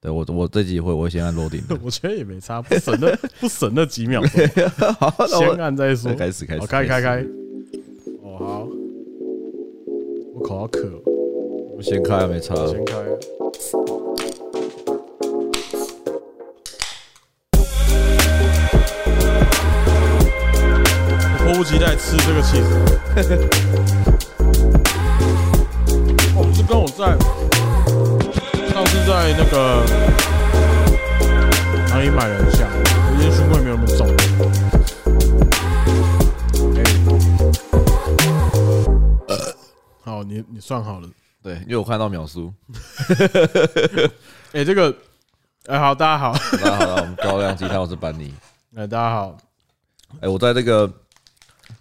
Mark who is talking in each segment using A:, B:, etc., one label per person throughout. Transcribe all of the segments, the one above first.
A: 对我我这集会我会先按 loading 的
B: 我觉得也没差，不省那不省那几秒钟，
A: 好，那
B: 先啊
A: 我
B: 按再说
A: 那。开始开始
B: 好，开开
A: 始
B: 开。哦，好。我口好渴哦，
A: 我先开啊没差。
B: 我先开。我迫不及待吃这个气势。哦，这跟我在上次在那个哪里买的很像，有些熏味没有那么重。哎、好，你你算好了。
A: 对，因为我看到秒 叔。
B: 哎、这个，哎、好，大家好，
A: 好啦好啦，我们高亮吉他我是班尼。
B: 哎、大家好，
A: 哎，我在这个，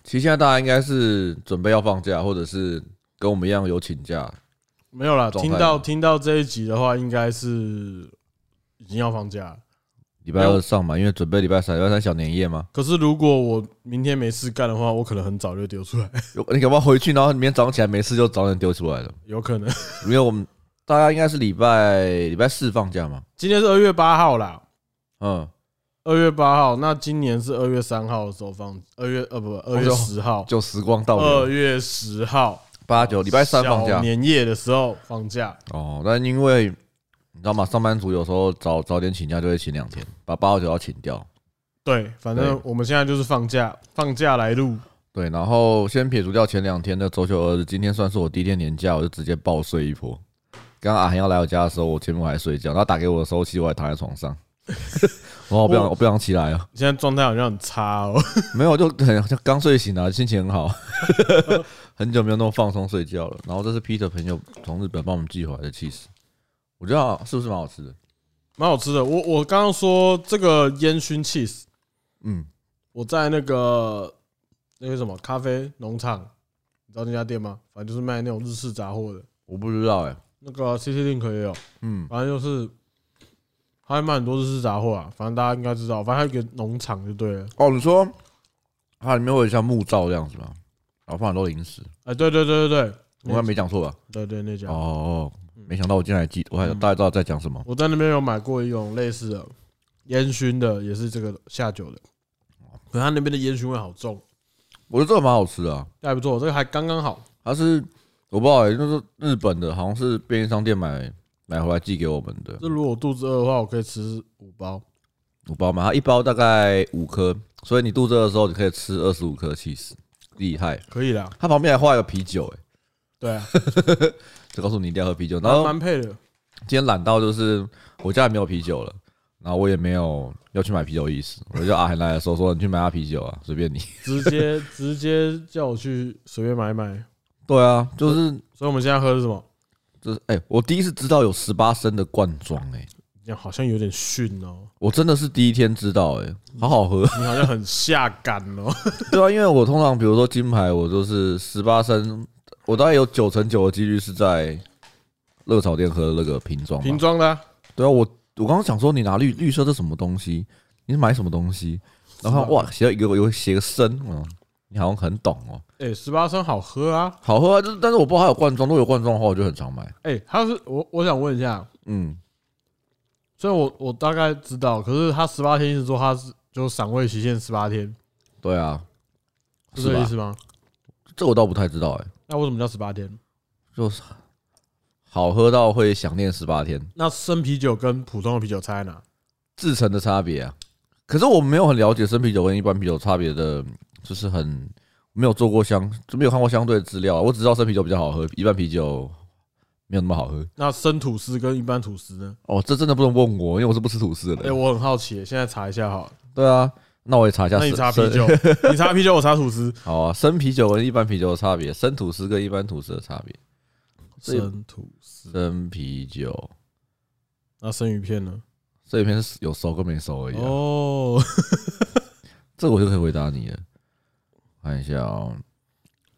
A: 其实现在大家应该是准备要放假，或者是跟我们一样有请假。
B: 没有啦，
A: 状态
B: 听到听到这一集的话，应该是已经要放假了。
A: 礼拜二上嘛，因为准备礼拜三，礼拜三小年夜嘛。
B: 可是如果我明天没事干的话，我可能很早就丢出来，
A: 有你搞不好回去，然后明天早上起来没事就早点丢出来了。
B: 有可能。
A: 因为我们大家应该是礼拜礼拜四放假嘛，
B: 今天是二月八号啦，
A: 嗯，
B: 二月八号，那今年是二月三号的时候放，二月呃不二月十号，
A: 哦就时光倒
B: 二
A: 流，
B: 月十号，
A: 八九礼拜三放
B: 呃小
A: 假
B: 年夜的时候放假，
A: 哦。但因为你知道吗，上班族有时候早早点请假就会请两天，把八号九号请掉。
B: 对，反正
A: 对
B: 我们现在就是放假，放假来录，
A: 对，然后先撇除掉前两天的周休二日，今天算是我第一天年假，我就直接暴睡一波。刚刚阿恒要来我家的时候，我前面我还睡觉，他打给我的时候，其实我还躺在床上，我好不想我不想起来啊，
B: 现在状态好像很差哦。
A: 没有就很就刚睡醒啊，心情很好， 很久没有那么放松睡觉了。然后这是 Peter 朋友从日本帮我们寄回来的 cheese，我觉得好是不是蛮好吃的？
B: 蛮好吃的。我我刚刚说这个烟熏 cheese，
A: 嗯，
B: 我在那个那个什么咖啡农场，你知道那家店吗？反正就是卖那种日式杂货的，
A: 我不知道哎、
B: 那个 CT Link 也有，
A: 嗯，
B: 反正就是他还卖很多日式杂货啊。反正大家应该知道，反正还有一个农场就对了。
A: 哦，你说它里面会有像木造这样子吗？然后放很多零食，
B: 哎，对对对对对，
A: 我应该没讲错吧？
B: 对对那家，
A: 哦，没想到我竟然还记，我还
B: 嗯
A: 大概知道在讲什么。
B: 我在那边有买过一种类似的烟熏的，也是这个下酒的，可他那边的烟熏味好重，
A: 我觉得这个蛮好吃的、啊，
B: 还不错，这个还刚刚好。
A: 它是我不知道、欸，就是日本的，好像是便利商店买买回来寄给我们的，
B: 这如果我肚子饿的话，我可以吃五包。
A: 五包嘛，它一包大概五颗，所以你肚子饿的时候你可以吃二十五颗 cheese，厉害。
B: 可以啦，
A: 它旁边还画一个啤酒、欸，
B: 对啊，
A: 就告诉你一定要喝啤酒。然
B: 蛮
A: 后
B: 蛮配的。
A: 今天懒到就是我家也没有啤酒了，然后我也没有要去买啤酒的意思，我就叫阿涵来的时候说你去买下啤酒啊，随便你。
B: 直接 直接叫我去随便买一买。
A: 对啊，就是
B: 所以我们现在喝的是什么？
A: 就是，哎、我第一次知道有十八升的罐装，哎，
B: 你好像有点逊哦，
A: 我真的是第一天知道、哎，好好 喝。
B: 你好像很下感哦。
A: 对啊，因为我通常比如说金牌，我就是十八升，我大概有九成九的几率是在热炒店喝的那个瓶装吧。
B: 瓶装的啊、
A: 对啊，我我刚刚想说你拿绿绿色这什么东西？你是买什么东西？然后看哇，写了一个有写个升，嗯，你好像很懂哦，
B: 哎，十八升好喝啊。
A: 好喝啊。就是但是我不知道它有罐装，如果有罐装的话，我就很常买。
B: 哎，它是我我想问一下，
A: 嗯，
B: 虽然我我大概知道，可是它十八天一直说它是就赏味期限十八天，
A: 对啊，
B: 是这
A: 吧
B: 个意思吗？
A: 这我倒不太知道、哎，
B: 那为什么叫十八天？
A: 就是好喝到会想念十八天，
B: 那生啤酒跟普通的啤酒差在哪？
A: 制成的差别啊。可是我没有很了解生啤酒跟一般啤酒差别的，就是很没有做过相，就没有看过相对的资料、啊。我只知道生啤酒比较好喝，一般啤酒没有那么好喝。
B: 那生吐司跟一般吐司呢？
A: 哦，这真的不能问我，因为我是不吃吐司的
B: 哎，
A: 人。
B: 我很好奇，现在查一下好了。
A: 对啊，那我也查一下
B: 那
A: 生。
B: 你查啤
A: 生
B: 酒，你查啤酒，我查吐司。
A: 好啊，生啤酒跟一般啤酒的差别，生吐司跟一般吐司的差别。所以
B: 生吐司，
A: 生啤酒，
B: 那生鱼片呢？
A: 这一篇是有熟跟没熟而已、啊。
B: 哦，
A: 这个我就可以回答你了。看一下哦，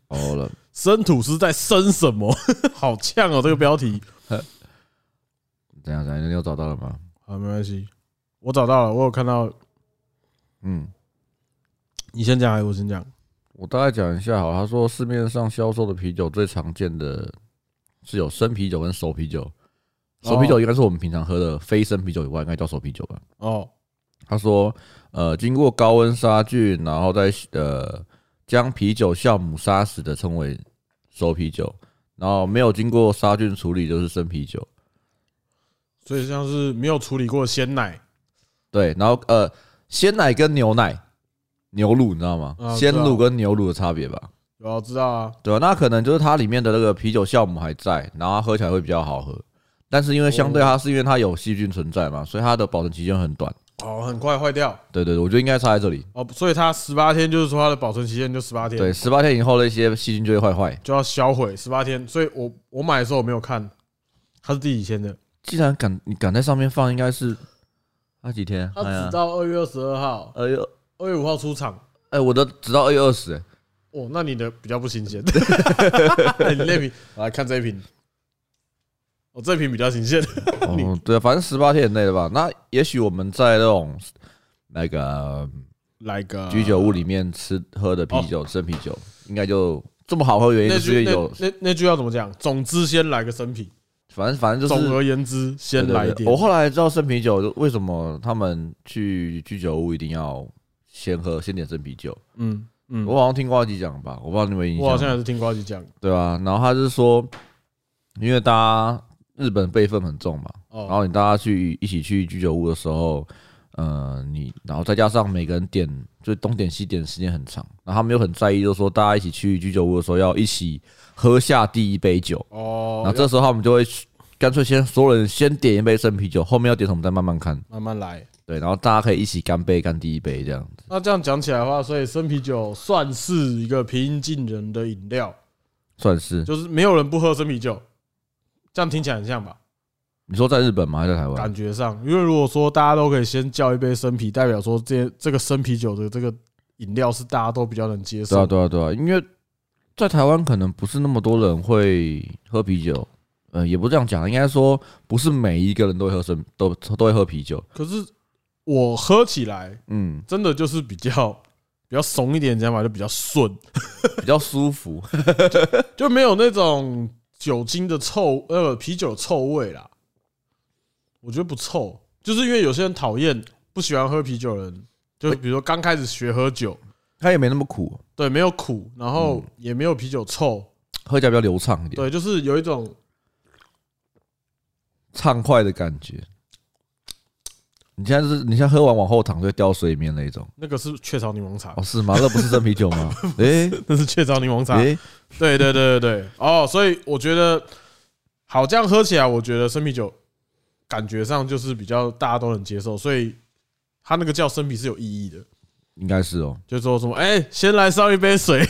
A: 好了，
B: 生吐司在生什么？ 好呛哦，这个标 题。
A: 怎样怎样，你有找到了吗？
B: 好，没关系，我找到了，我有看到。
A: 嗯，
B: 你先讲还是我先讲？
A: 我大概讲一下好了，他说市面上销售的啤酒最常见的是有生啤酒跟熟啤酒，手啤酒应该是我们平常喝的非生啤酒以外，应该叫手啤酒吧？
B: 哦，
A: 他说，呃，经过高温杀菌，然后再呃将啤酒酵母杀死的称为熟啤酒，然后没有经过杀菌处理就是生啤酒。
B: 所以像是没有处理过的鲜奶，
A: 对，然后呃，鲜奶跟牛奶、牛乳你知道吗
B: 啊？
A: 鲜
B: 知道
A: 乳跟牛乳的差别吧？
B: 有啊，我知道啊，
A: 对啊，那可能就是它里面的那个啤酒酵母还在，然后它喝起来会比较好喝。但是因为相
B: 哦
A: 对它是因为它有细菌存在嘛，所以它的保存期间很短。
B: 哦，很快坏掉
A: 对对对，我觉得应该差在这里。
B: 哦，所以它十八天就是说它的保存期限就十八天，
A: 对，十八天以后的一些细菌就会坏坏。
B: 就要销毁十八天。所以我我买的时候我没有看，它是第几天的？
A: 既然敢你敢在上面放，应该是那几天？
B: 它
A: 哎呀
B: 只到二月二十二号、
A: 哎呦，
B: 二月五号出厂。
A: 哎，我的直到二月二十、哎
B: 哦，那你的比较不 新鲜。哎你那瓶我来看这一瓶，我、这瓶比较新鲜。
A: 哦，对，反正十八天以内的吧。那也许我们在那种那
B: 呃
A: 个
B: 来个
A: 居酒屋里面吃喝的啤酒、生啤酒，应该就这么好喝，原因
B: 哦那
A: 就是
B: 句
A: 因
B: 那
A: 为有，
B: 那那句要怎么讲？总之先来个生啤，
A: 反正反正就是
B: 总而言之先
A: 对对
B: 来一
A: 对
B: 点。
A: 我后来知道生啤酒为什么他们去居酒屋一定要先喝先点生啤酒，
B: 嗯嗯，
A: 我好像听瓜吉讲吧，我不知道你们有
B: 我好
A: 印
B: 像
A: 象，
B: 也是听瓜吉讲
A: 对啊，然后他是说，因为大家日本辈分很重嘛，然
B: 哦，
A: 后你大家去一起去居酒屋的时候，呃，你然后再加上每个人点就东点西点的时间很长，然后他们又很在意，就是说大家一起去居酒屋的时候要一起喝下第一杯酒，然后
B: 哦，
A: 这时候他们就会干脆先所有人先点一杯生啤酒，后面要点什么再慢慢看。
B: 慢慢来。
A: 对，然后大家可以一起干杯，干第一杯这样子。
B: 那这样讲起来的话，所以生啤酒算是一个平易近人的饮料，
A: 算是
B: 就是没有人不喝生啤酒。这样听起来很像吧？
A: 你说在日本吗？还是在台湾？
B: 感觉上，因为如果说大家都可以先叫一杯生啤，代表说这这个生啤酒的这个饮料是大家都比较能接
A: 对啊，
B: 受。
A: 对啊，对啊，因为在台湾可能不是那么多人会喝啤酒，呃，也不这样讲，应该说不是每一个人都会喝生都都会喝啤酒。
B: 可是我喝起来
A: 嗯，
B: 真的就是比较 比较怂一点，讲法就比较顺，
A: 比较舒服。
B: 就没有那种酒精的臭呃啤酒臭味啦。我觉得不臭，就是因为有些人讨厌不喜欢喝啤酒的人，就比如说刚开始学喝酒，
A: 它也没那么苦，
B: 对，没有苦，然后
A: 嗯
B: 也没有啤酒臭，
A: 喝起来比较流畅一点，
B: 对，就是有一种
A: 畅快的感觉。你现在是，你现在喝完往后躺就会掉水里面那一种
B: 那个是雀巢柠檬茶
A: 哦，，是吗？那不是生啤酒 吗？诶
B: 那是雀巢柠檬茶。
A: 诶，
B: 对对对对对，哦，所以我觉得好，这样喝起来，我觉得生啤酒感觉上就是比较大家都能接受，所以它那个叫生啤是有意义的，
A: 应该是哦。
B: 就说什么哎、先来上一杯水，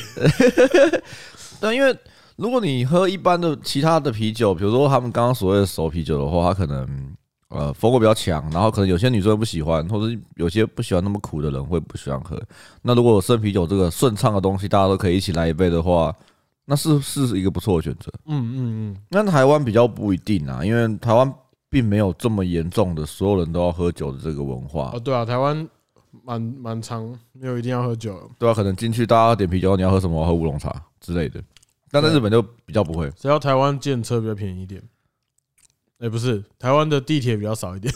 A: 但因为如果你喝一般的其他的啤酒，比如说他们刚刚所谓的熟啤酒的话，它可能呃风味比较强，然后可能有些女生不喜欢，或者是有些不喜欢那么苦的人会不喜欢喝。那如果有生啤酒这个顺畅的东西，大家都可以一起来一杯的话，那是是一个不错的选择。
B: 嗯嗯嗯，
A: 那台湾比较不一定啊，因为台湾并没有这么严重的所有人都要喝酒的这个文化
B: 哦，对啊，台湾蛮蛮长，没有一定要喝酒，
A: 对啊吧、可能进去大家点啤酒，你要喝什么？我要喝乌龙茶之类的。但在日本就比较不会，
B: 只要台湾建车比较便宜一点，哎、不是，台湾的地铁比较少一点，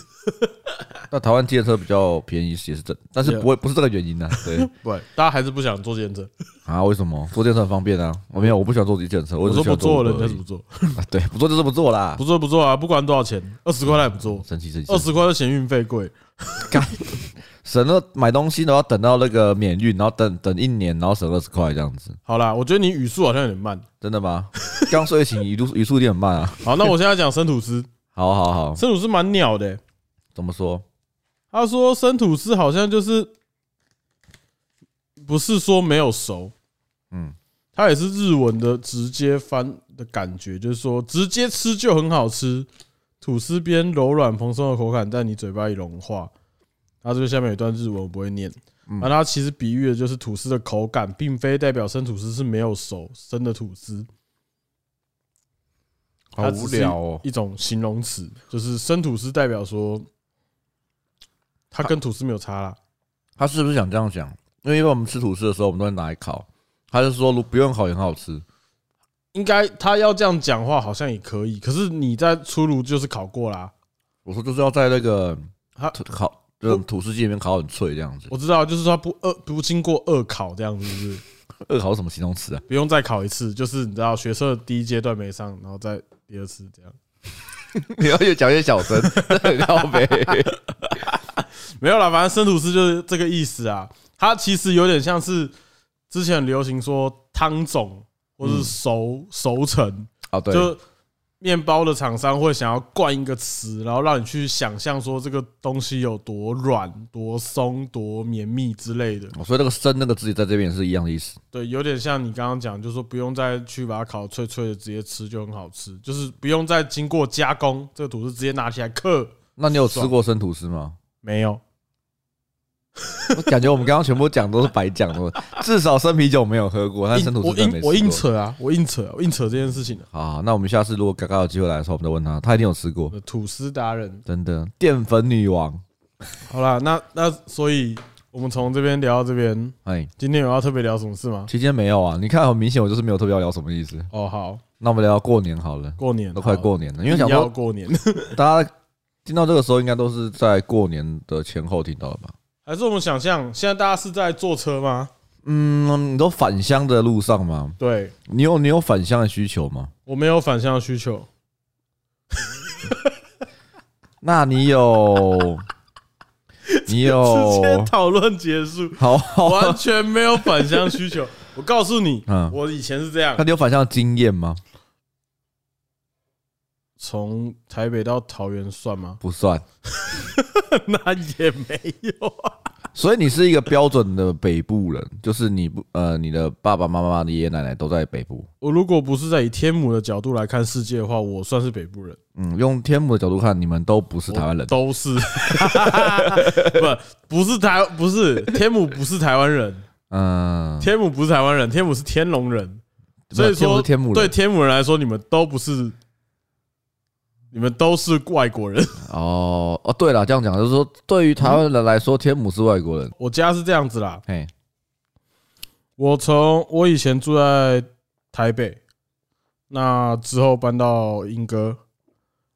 A: 那台湾借车比较便宜也是真，但是不会不是这个原因 呢、对
B: 对，大家还是不想坐电车，
A: 啊，为什么坐电车很方便啊？我没有，我不喜欢坐自己车，
B: 我
A: 我只
B: 说
A: 喜
B: 不
A: 欢
B: 做
A: 坐
B: 了，
A: 人
B: 人家是不做，
A: 对，不坐就是不坐啦
B: 不。做不做啊，不管多少钱，二十块他也不做，
A: 神奇神奇
B: 二，十块就嫌运费贵。
A: 省了买东西，然后等到那个免运，然后等等一年，然后省二十块这样子，
B: 好啦，我觉得你语速好像有点慢。
A: 真的 吗？刚睡醒语速语速有点慢啊。
B: 好，那我现在讲生吐司，
A: 好啊好好，
B: 生吐司蛮鸟的欸、
A: 怎么说？
B: 他说生吐司好像就是不是说没有熟，
A: 嗯，
B: 它也是日文的直接翻的感觉，就是说直接吃就很好吃。吐司边柔软蓬松的口感在你嘴巴里融化。它这个下面有一段日文我不会念，啊
A: 嗯
B: 那它其实比喻的就是吐司的口感，并非代表生吐司是没有熟生的吐司。
A: 好无聊哦。
B: 一种形容词，就是生吐司代表说，它跟吐司没有差啦。
A: 他是不是想这样讲？因为一般我们吃吐司的时候，我们都会拿来烤。他是说如不用烤也很好吃，
B: 应该他要这样讲话好像也可以，可是你在出炉就是烤过啦，
A: 我说就是要在那个
B: 他
A: 土烤这种土司机里面烤很脆这样子。
B: 我知道，就是说他不二呃不经过二烤这样子，是不 是？
A: 二烤是什么形容词啊？
B: 不用再考一次，就是你知道学测第一阶段没上，然后再第二次这样。
A: 你要越讲越小声，很靠北。
B: 没有啦，反正生吐司就是这个意思啊。它其实有点像是之前很流行说汤种或是熟、熟成，
A: 啊，对，
B: 就面包的厂商会想要冠一个词，然后让你去想象说这个东西有多软、多松、多绵密之类的。
A: 所以那个生那个字在这边也是一样的意思。
B: 对，有点像你刚刚讲，就是说不用再去把它烤脆脆的，直接吃就很好吃，就是不用再经过加工，这个吐司直接拿起来嗑。
A: 那你有吃过生吐司吗？
B: 没有，
A: 我感觉我们刚刚全部讲都是白讲的，至少生啤酒没有喝过，但生吐
B: 硬
A: 司
B: 我
A: 真的
B: 硬
A: 没
B: 我硬
A: 吃过。
B: 扯啊，我硬扯啊、我硬扯这件事情的、
A: 好好，那我们下次如果嘎嘎有机会来的时候，我们再问他，他一定有吃过，
B: 吐司达人。
A: 真的淀粉女王。
B: 好啦，那那所以我们从这边聊到这边，
A: 哎，
B: 今天有要特别聊什么事吗？
A: 期间没有啊，你看很明显我就是没有特别要聊什么意思。
B: 哦，好，
A: 那我们聊到过年好了，
B: 过年
A: 都快
B: 好
A: 过年了，因为想
B: 要
A: 说
B: 过年，
A: 大家听到这个时候应该都是在过年的前后听到的吧？
B: 还是我们想象现在大家是在坐车吗？
A: 嗯，你都返乡的路上吗？
B: 对
A: 你有你有返乡的需求吗？
B: 我没有反向的需求，
A: 那你 有你
B: 直接
A: 有
B: 讨论结束，
A: 好好
B: 完全没有反向需求。我告诉你，
A: 嗯，
B: 我以前是这样
A: 那，你有返乡的经验吗？
B: 从台北到桃园算吗？
A: 不算，
B: 那也没有啊。
A: 所以你是一个标准的北部人，就是你不呃，你的爸爸妈妈、你爷爷奶奶都在北部。
B: 我如果不是在以天母的角度来看世界的话，我算是北部人。
A: 嗯，用天母的角度看，你们都不是台湾人。
B: 都是 不不是台不是天母不是台湾人，
A: 嗯，
B: 天母不是台湾人，天母是天龙人，所以
A: 天母
B: 说
A: 是天母人
B: 对天母人来说，你们都不是，你们都是外国人。
A: 哦哦，对了，这样讲就是说，对于台湾人来说，天母是外国人。
B: 我家是这样子啦，
A: 嘿，
B: 我从我以前住在台北，那之后搬到莺歌，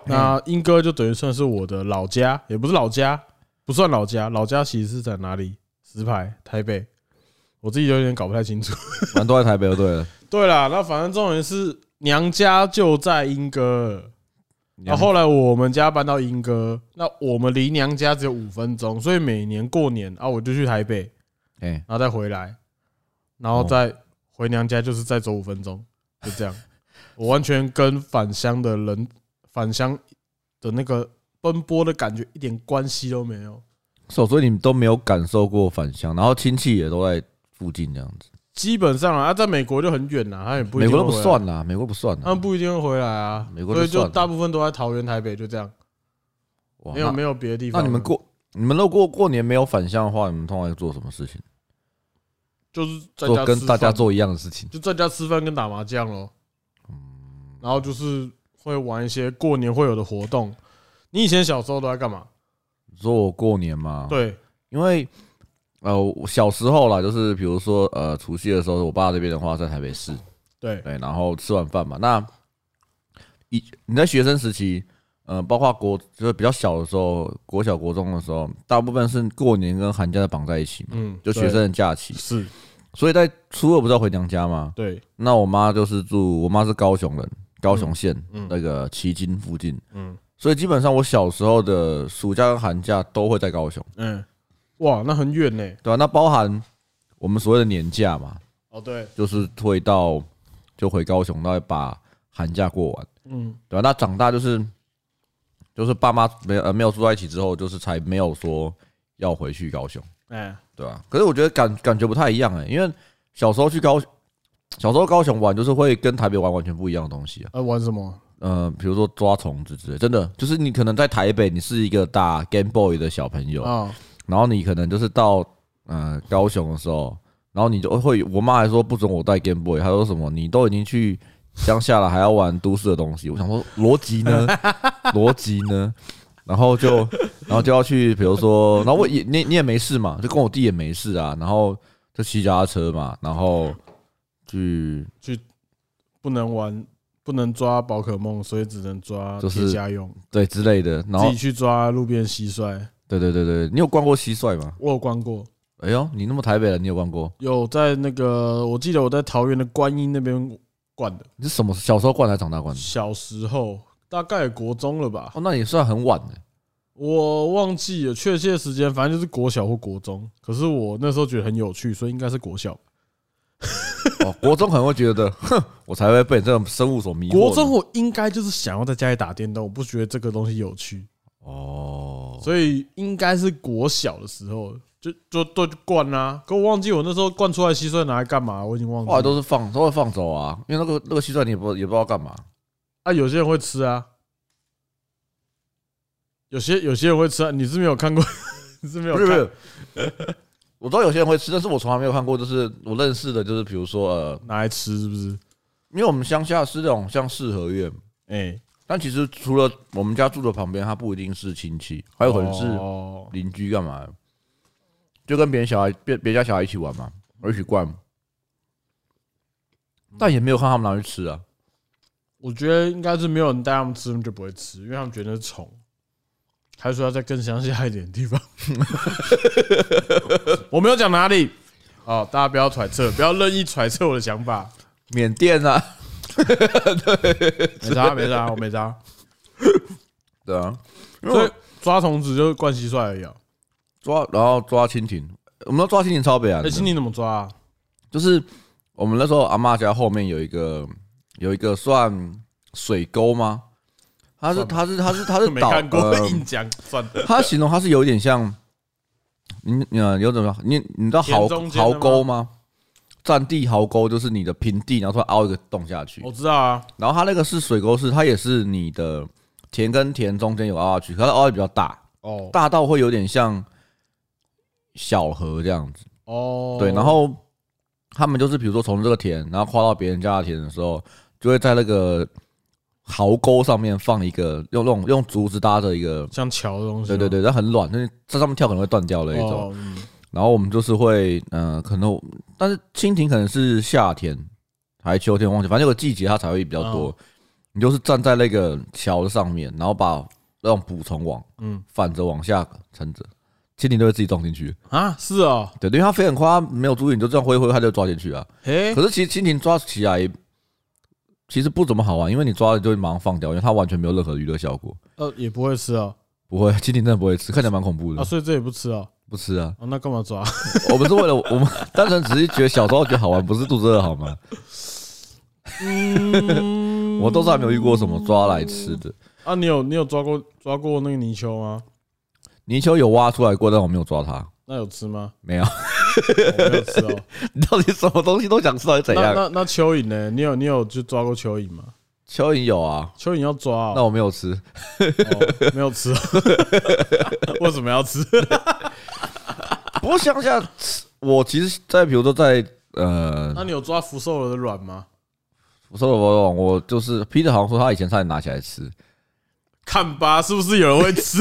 B: 那莺歌就等于算是我的老家，也不是老家，不算老家，老家其实是在哪里？石牌，台北，我自己有点搞不太清楚。
A: 反正都在台北就对了。
B: 对啦，那反正重点是娘家就在莺歌，然后后来我们家搬到莺歌，那我们离娘家只有五分钟，所以每年过年啊，我就去台北，
A: 哎，
B: 然后再回来，然后再回娘家，就是再走五分钟，就 这样。我完全跟返乡的人、返乡的那个奔波的感觉一点关系都没有。
A: 哦所所以你们都没有感受过返乡，然后亲戚也都在附近这样子。
B: 基本上啊，在美国就很远啦，他也不一
A: 美
B: 定
A: 国都
B: 会
A: 不
B: 回来
A: 算啦，美国不算
B: 他
A: 啦
B: 们。不一定会回来啊，
A: 美国就
B: 所以就
A: 算了
B: 大部分都在桃园、台北，就这样，
A: 哇
B: 没有
A: 哦那
B: 没有别的地方啊
A: 那
B: 了。
A: 你们过你们如果过年没有返乡的话，你们通常会做什么事情？
B: 就是在
A: 做
B: 家
A: 跟
B: 吃
A: 大家
B: 饭
A: 做一样的事情。
B: 就在家吃饭跟打麻将咯。
A: 嗯
B: 然后就是会玩一些过年会有的活动。你以前小时候都在干嘛？
A: 你说我过年嘛，，
B: 对，
A: 因为呃，我小时候啦，就是比如说呃，除夕的时候，我爸这边的话在台北市，
B: 对，
A: 对，哎然后吃完饭嘛，那以你在学生时期，呃，包括国就是比较小的时候，国小国中的时候，大部分是过年跟寒假的绑在一起嘛，
B: 嗯，
A: 就学生的假期
B: 对，是，
A: 所以在初二不是要回娘家吗？
B: 对，
A: 那我妈就是住，我妈是高雄人，高雄县
B: 嗯嗯
A: 那个旗津附近，
B: 嗯
A: 所以基本上我小时候的暑假跟寒假都会在高雄，
B: 嗯，哇，那很远呢、
A: 对啊吧、那包含我们所谓的年假嘛，
B: 哦，对，
A: 就是会到就回高雄，然后把寒假过完，
B: 嗯，
A: 对吧、啊那长大就是就是爸妈没有呃没有住在一起之后，就是才没有说要回去高雄，
B: 哎，
A: 对吧、可是我觉得感感觉不太一样哎、因为小时候去高小时候高雄玩，就是会跟台北玩完全不一样的东西啊。
B: 呃，玩什么？
A: 呃，比如说抓虫子之类，真的就是你可能在台北，你是一个打 Game Boy 的小朋友，
B: 啊，
A: 然后你可能就是到呃高雄的时候，然后你就哦会，我妈还说不准我带 Game Boy，她说什么你都已经去乡下了，还要玩都市的东西，我想说逻辑 呢，逻辑呢，然后就然后就要去，比如说，然后我也你你也没事嘛，就跟我弟也没事啊，然后就骑脚踏车嘛，然后去
B: 不能玩，不能抓宝可梦，所以只能抓
A: 就是
B: 铁家用，
A: 对之类的。然后
B: 自己，去抓路边蟋蟀。
A: 对对对对，你有逛过蟋蟀吗？
B: 我有关过，
A: 哎呦，你那么台北人，你有逛过？
B: 有在那个，我记得我在桃园的观音那边灌的，
A: 你是什么小时候灌还是长大灌的？
B: 小时候大概国中了吧，
A: 哦，那也算很晚的、
B: 我忘记了确切时间，反正就是国小或国中。可是我那时候觉得很有趣，所以应该是国小。
A: 哦，国中可能会觉得，哼，我才会被你这种生物所迷惑呢。
B: 国中我应该就是想要在家里打电动，我不觉得这个东西有趣，
A: 哦，
B: 所以应该是国小的时候就就就就灌啦、可我忘记我那时候灌出来蟋蟀拿来干嘛，我已经忘
A: 后来
B: 记了。
A: 哦都是放都会放走啊，因为那个那个蟋蟀你也不也不知道干嘛。
B: 啊，有些人会吃啊，有些有些人会吃啊，你是没有看过， 你是没有
A: 不是不
B: 看
A: 是， 我知道有些人会吃，但是我从来没有看过，就是我认识的，就是比如说呃，
B: 拿来吃是不是？
A: 因为我们乡下是那种像四合院，
B: 哎，
A: 但其实除了我们家住的旁边，它不一定是亲戚，还有可能是
B: 哦
A: 邻居干嘛的，就跟别人小孩别别家小孩一起玩嘛，一起灌，但也没有看他们拿去吃啊。
B: 我觉得应该是没有人带他们吃，他们就不会吃，因为他们觉得是虫。还说要在更乡下一点的地方， 我没有讲哪里哦，大家不要揣测，不要任意揣测我的想法，
A: 缅甸啊，
B: 没啥没啥，我没啥。
A: 对啊，因为
B: 所
A: 我
B: 以抓虫子就是灌蟋蟀而已啊。
A: 抓然后抓蜻蜓，我们都抓蜻蜓超北啊
B: 哎，，蜻蜓怎么抓啊？
A: 就是我们那时候阿妈家后面有一个有一个算水沟吗？它是
B: 算吧
A: 它是它是它是
B: 没
A: 岛，
B: 看过，
A: 呃
B: 硬讲算了。
A: 它形容它是有点像，你呃有怎么你你知道
B: 田
A: 壕
B: 中间的
A: 壕
B: 吗
A: 沟吗？占地壕沟就是你的平地，然后突然凹一个洞下去
B: 我。知道啊，
A: 然后它那个是水沟，是它也是你的田跟田中间有凹下去，可它凹的比较大，
B: 哦
A: 大到会有点像小河这样子。
B: 哦，
A: 对，然后他们就是比如说从这个田，然后跨到别人家的田的时候，就会在那个壕沟上面放一个用用用竹子搭的一个，
B: 像桥的东西，
A: 对对，对，它很软，但是在上面跳可能会断掉的一种。
B: 哦，嗯
A: 然后我们就是会，嗯、可能但是蜻蜓可能是夏天还是秋天，忘记，反正有个季节它才会比较
B: 哦
A: 多。你就是站在那个桥的上面，然后把那种捕虫网
B: 嗯
A: 反着往下撑着，蜻蜓都会自己撞进去。
B: 啊，是哦，
A: 对，因为它飞很快，它没有注意，你就这样挥一挥，它就抓进去啊。
B: 哎，
A: 可是其实蜻蜓抓起来其实不怎么好玩，啊因为你抓了就会马上放掉，因为它完全没有任何娱乐效果。
B: 呃，也不会吃哦，
A: 不会，蜻蜓真的不会吃，看起来蛮恐怖
B: 啊，
A: 的，
B: 所以这也不吃哦，
A: 不吃啊。
B: 啊，那干嘛抓？
A: 我们是为了我们单纯只是觉得小时候觉得好玩，不是肚子饿好吗？
B: 嗯
A: 我都是还没有遇过什么抓来吃的。
B: 啊，你有你有抓过抓过那个泥鳅吗？
A: 泥鳅有挖出来过，但我没有抓它。
B: 那有吃 吗？
A: 没有，
B: 我没有吃 哦。
A: 你到底什么东西都想吃，到底怎
B: 那
A: 样？
B: 那那蚯蚓呢？你有你有就抓过蚯蚓吗？
A: 蚯蚓有啊，
B: 蚯蚓要抓
A: 那
B: 哦，
A: 我没有吃。
B: 哦没有吃哦， 为什么要吃？
A: 不过乡下，我其实，在比如说在呃，
B: 那你有抓福寿螺的卵吗？
A: 我说我我就是，Peter 好像说他以前差点拿起来 吃，
B: 看吧，是不是有人会吃？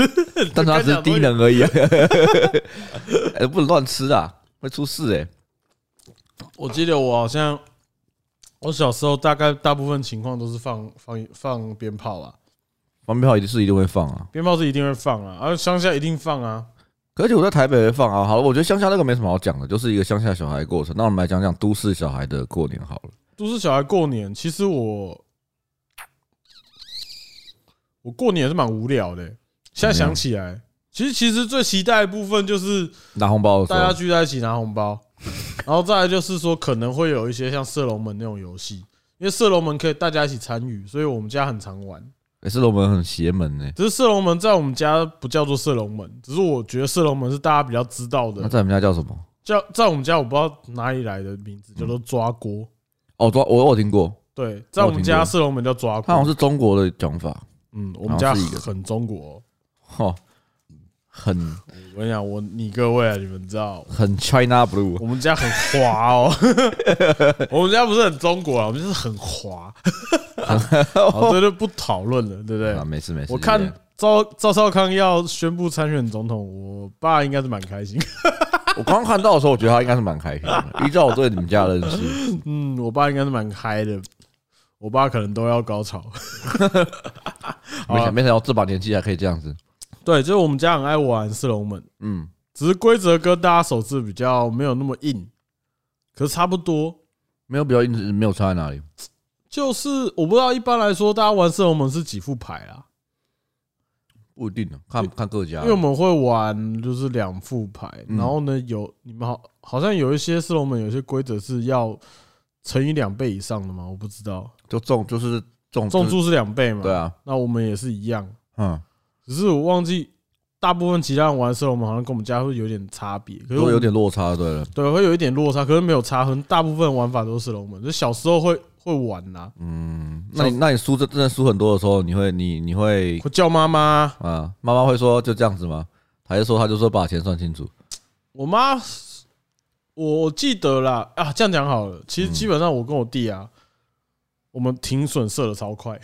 A: 但是他只是低能而已、啊， 哎不能乱吃啊，会出事哎、
B: 我记得我好像，我小时候大概大部分情况都是放放放鞭炮啊，
A: 放鞭炮一定是一定会放啊，
B: 鞭炮是一定会放啊，而乡下一定放啊。
A: 而且我在台北会放啊。好了，我觉得乡下那个没什么好讲的，就是一个乡下小孩的过程。那我们来讲讲都市小孩的过年好了。
B: 都市小孩过年，其实我我过年也是蛮无聊的、欸现在想起来，其实其实最期待的部分就是
A: 拿红包的时
B: 大家
A: 候，
B: 聚在一起拿红包，然后再来就是说可能会有一些像射龙门那种游戏，因为射龙门可以大家一起参与，所以我们家很常玩。
A: 也是我们很邪门呢、
B: 只是射龙门在我们家不叫做射龙门，只是我觉得射龙门是大家比较知道
A: 那
B: 的，
A: 在我们家叫什么？
B: 叫在我们家我不知道哪里来的名字，叫做抓锅。
A: 哦，抓我我有听过，
B: 对，在我们
A: 我有
B: 家
A: 听过
B: 射龙门叫抓
A: 它好像
B: 锅。
A: 是中国的讲法，
B: 嗯，我们家
A: 好像是一个
B: 很中国哦。
A: 哈，很
B: 我跟你讲，我你各位啊，你们知道，
A: 很 China Blue。
B: 我们家很滑哦。 我们家不是很中国啊，我们就是很 滑。好，这就不讨论了，对不对
A: 啊，？没事没事，
B: 我
A: 就这
B: 看
A: 样
B: 赵赵少康要宣布参选总统，我爸应该是蛮开心。
A: 我刚刚看到的时候，我觉得他应该是蛮开心的。依照我对你们家的认识，
B: 嗯，我爸应该是蛮嗨的。我爸可能都要高潮。 好
A: 没
B: 啊
A: 想没想到这把年纪还可以这样子。
B: 对，就是我们家很爱玩四龙门，
A: 嗯，
B: 只是规则跟大家手字比较没有那么硬，可是差不多。
A: 没有比较硬，只是没有差在哪里。
B: 就是我不知道一般来说大家玩四龙门是几副牌啦，
A: 不一定呢，看看各家
B: 因为。我们会玩就是两副牌，
A: 嗯
B: 然后呢有你们好好像有一些四龙门有一些规则是要乘以两倍以上的嘛，我不知道
A: 就中就是中
B: 中注是两倍嘛，
A: 嗯对，啊，
B: 那我们也是一样，
A: 嗯，
B: 只是我忘记大部分其他人玩四龙门好像跟我们家会有点差别，可是
A: 都
B: 我
A: 有点落差，对了，
B: 对会有一点落差，可是没有差很大部分玩法都是四龙门，就小时候会会玩啊呐、
A: 嗯，那你那你输这真的输很多的时候，你会你你会
B: 会叫妈妈，
A: 啊，妈妈会说就这样子吗？还是说他就说把钱算清楚？
B: 我妈，我记得啦啊，这样讲好了。其实
A: 嗯
B: 基本上我跟我弟啊，我们停损射的超快，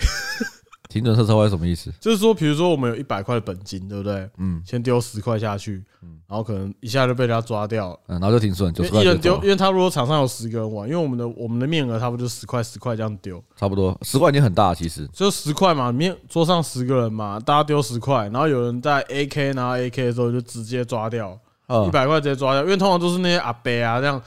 A: 停准车车会什么意思？
B: 就是说，比如说我们有一百块的本金，对不对？
A: 嗯
B: 先丢十块下去，然后可能一下就被他抓掉了。
A: 嗯，然后就停损，嗯九
B: 因
A: 十
B: 为
A: 块
B: 一人
A: 就
B: 丢，
A: 走
B: 因，为他如果场上有十个人玩，因为我们的我们的面额差不多就十块十块这样丢，
A: 差不多十块已经很大了，其实
B: 就十块嘛，面桌上十个人嘛，大家丢十块，然后有人在 AK 拿 AK 的时候就直接抓掉，
A: 嗯
B: 一百块直接抓掉，因为通常都是那些阿伯啊，这样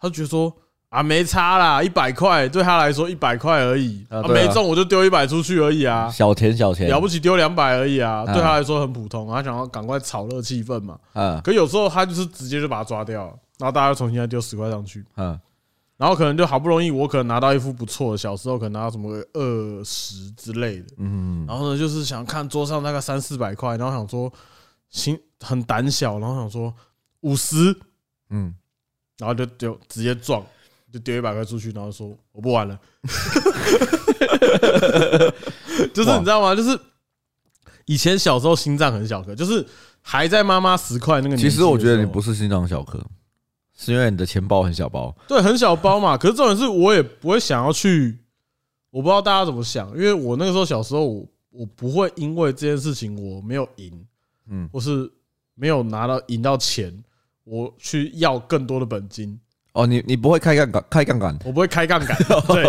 B: 他就觉得说啊没差啦，一百块对他来说一百块而已，
A: 啊
B: 啊
A: 对啊
B: 没中我就丢一百出去而已啊，
A: 小钱小钱，
B: 了不起丢两百而已啊，
A: 嗯
B: 对他来说很普通，他想要赶快炒热气氛嘛。
A: 嗯
B: 可有时候他就是直接就把它抓掉了，然后大家又重新再丢十块上去，
A: 嗯
B: 然后可能就好不容易我可能拿到一副不错的，小时候可能拿到什么二十之类的，
A: 嗯，
B: 然后呢，就是想看桌上大概三四百块，然后想说心很胆小，然后想说五十，
A: 嗯，
B: 哦然后就丢直接撞，就丢一百块出去，然后说我 不玩了，就是你知道吗？就是以前小时候心脏很小颗，就是还在妈妈十块那个年纪
A: 其
B: 的时
A: 实
B: 候。
A: 我觉得你不是心脏小颗，是因为你的钱包很小包，
B: 对很小包嘛，可是重点是我也不会想要去，我不知道大家怎么想，因为我那个时候小时候我我不会因为这件事情我没有赢，
A: 嗯
B: 或是没有拿到赢到钱，我去要更多的本金，
A: 哦，你你不会开杠杆，开杠杆，
B: 我不会开杠杆， 对。